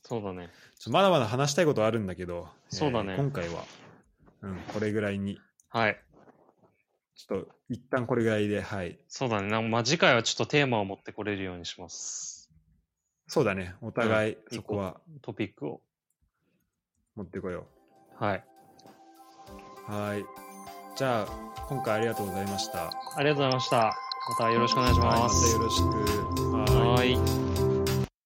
B: そうだね。
A: ちょまだまだ話したいことあるんだけど、
B: そうだね
A: 今回は、うん、これぐらいに、
B: はい。
A: ちょっと一旦これぐらいで、はい。
B: そうだね。なんまあ、次回はちょっとテーマを持ってこれるようにします。
A: そうだね、お互い
B: うん
A: そこは
B: トピックを。
A: 持ってこよ
B: はい。
A: う。はい。じゃあ、今回ありがとうございました。
B: ありがとうございました。またよろしくお願いし
A: はいま
B: ま
A: た
B: す
A: よ。ろしく。はーい
B: はーい。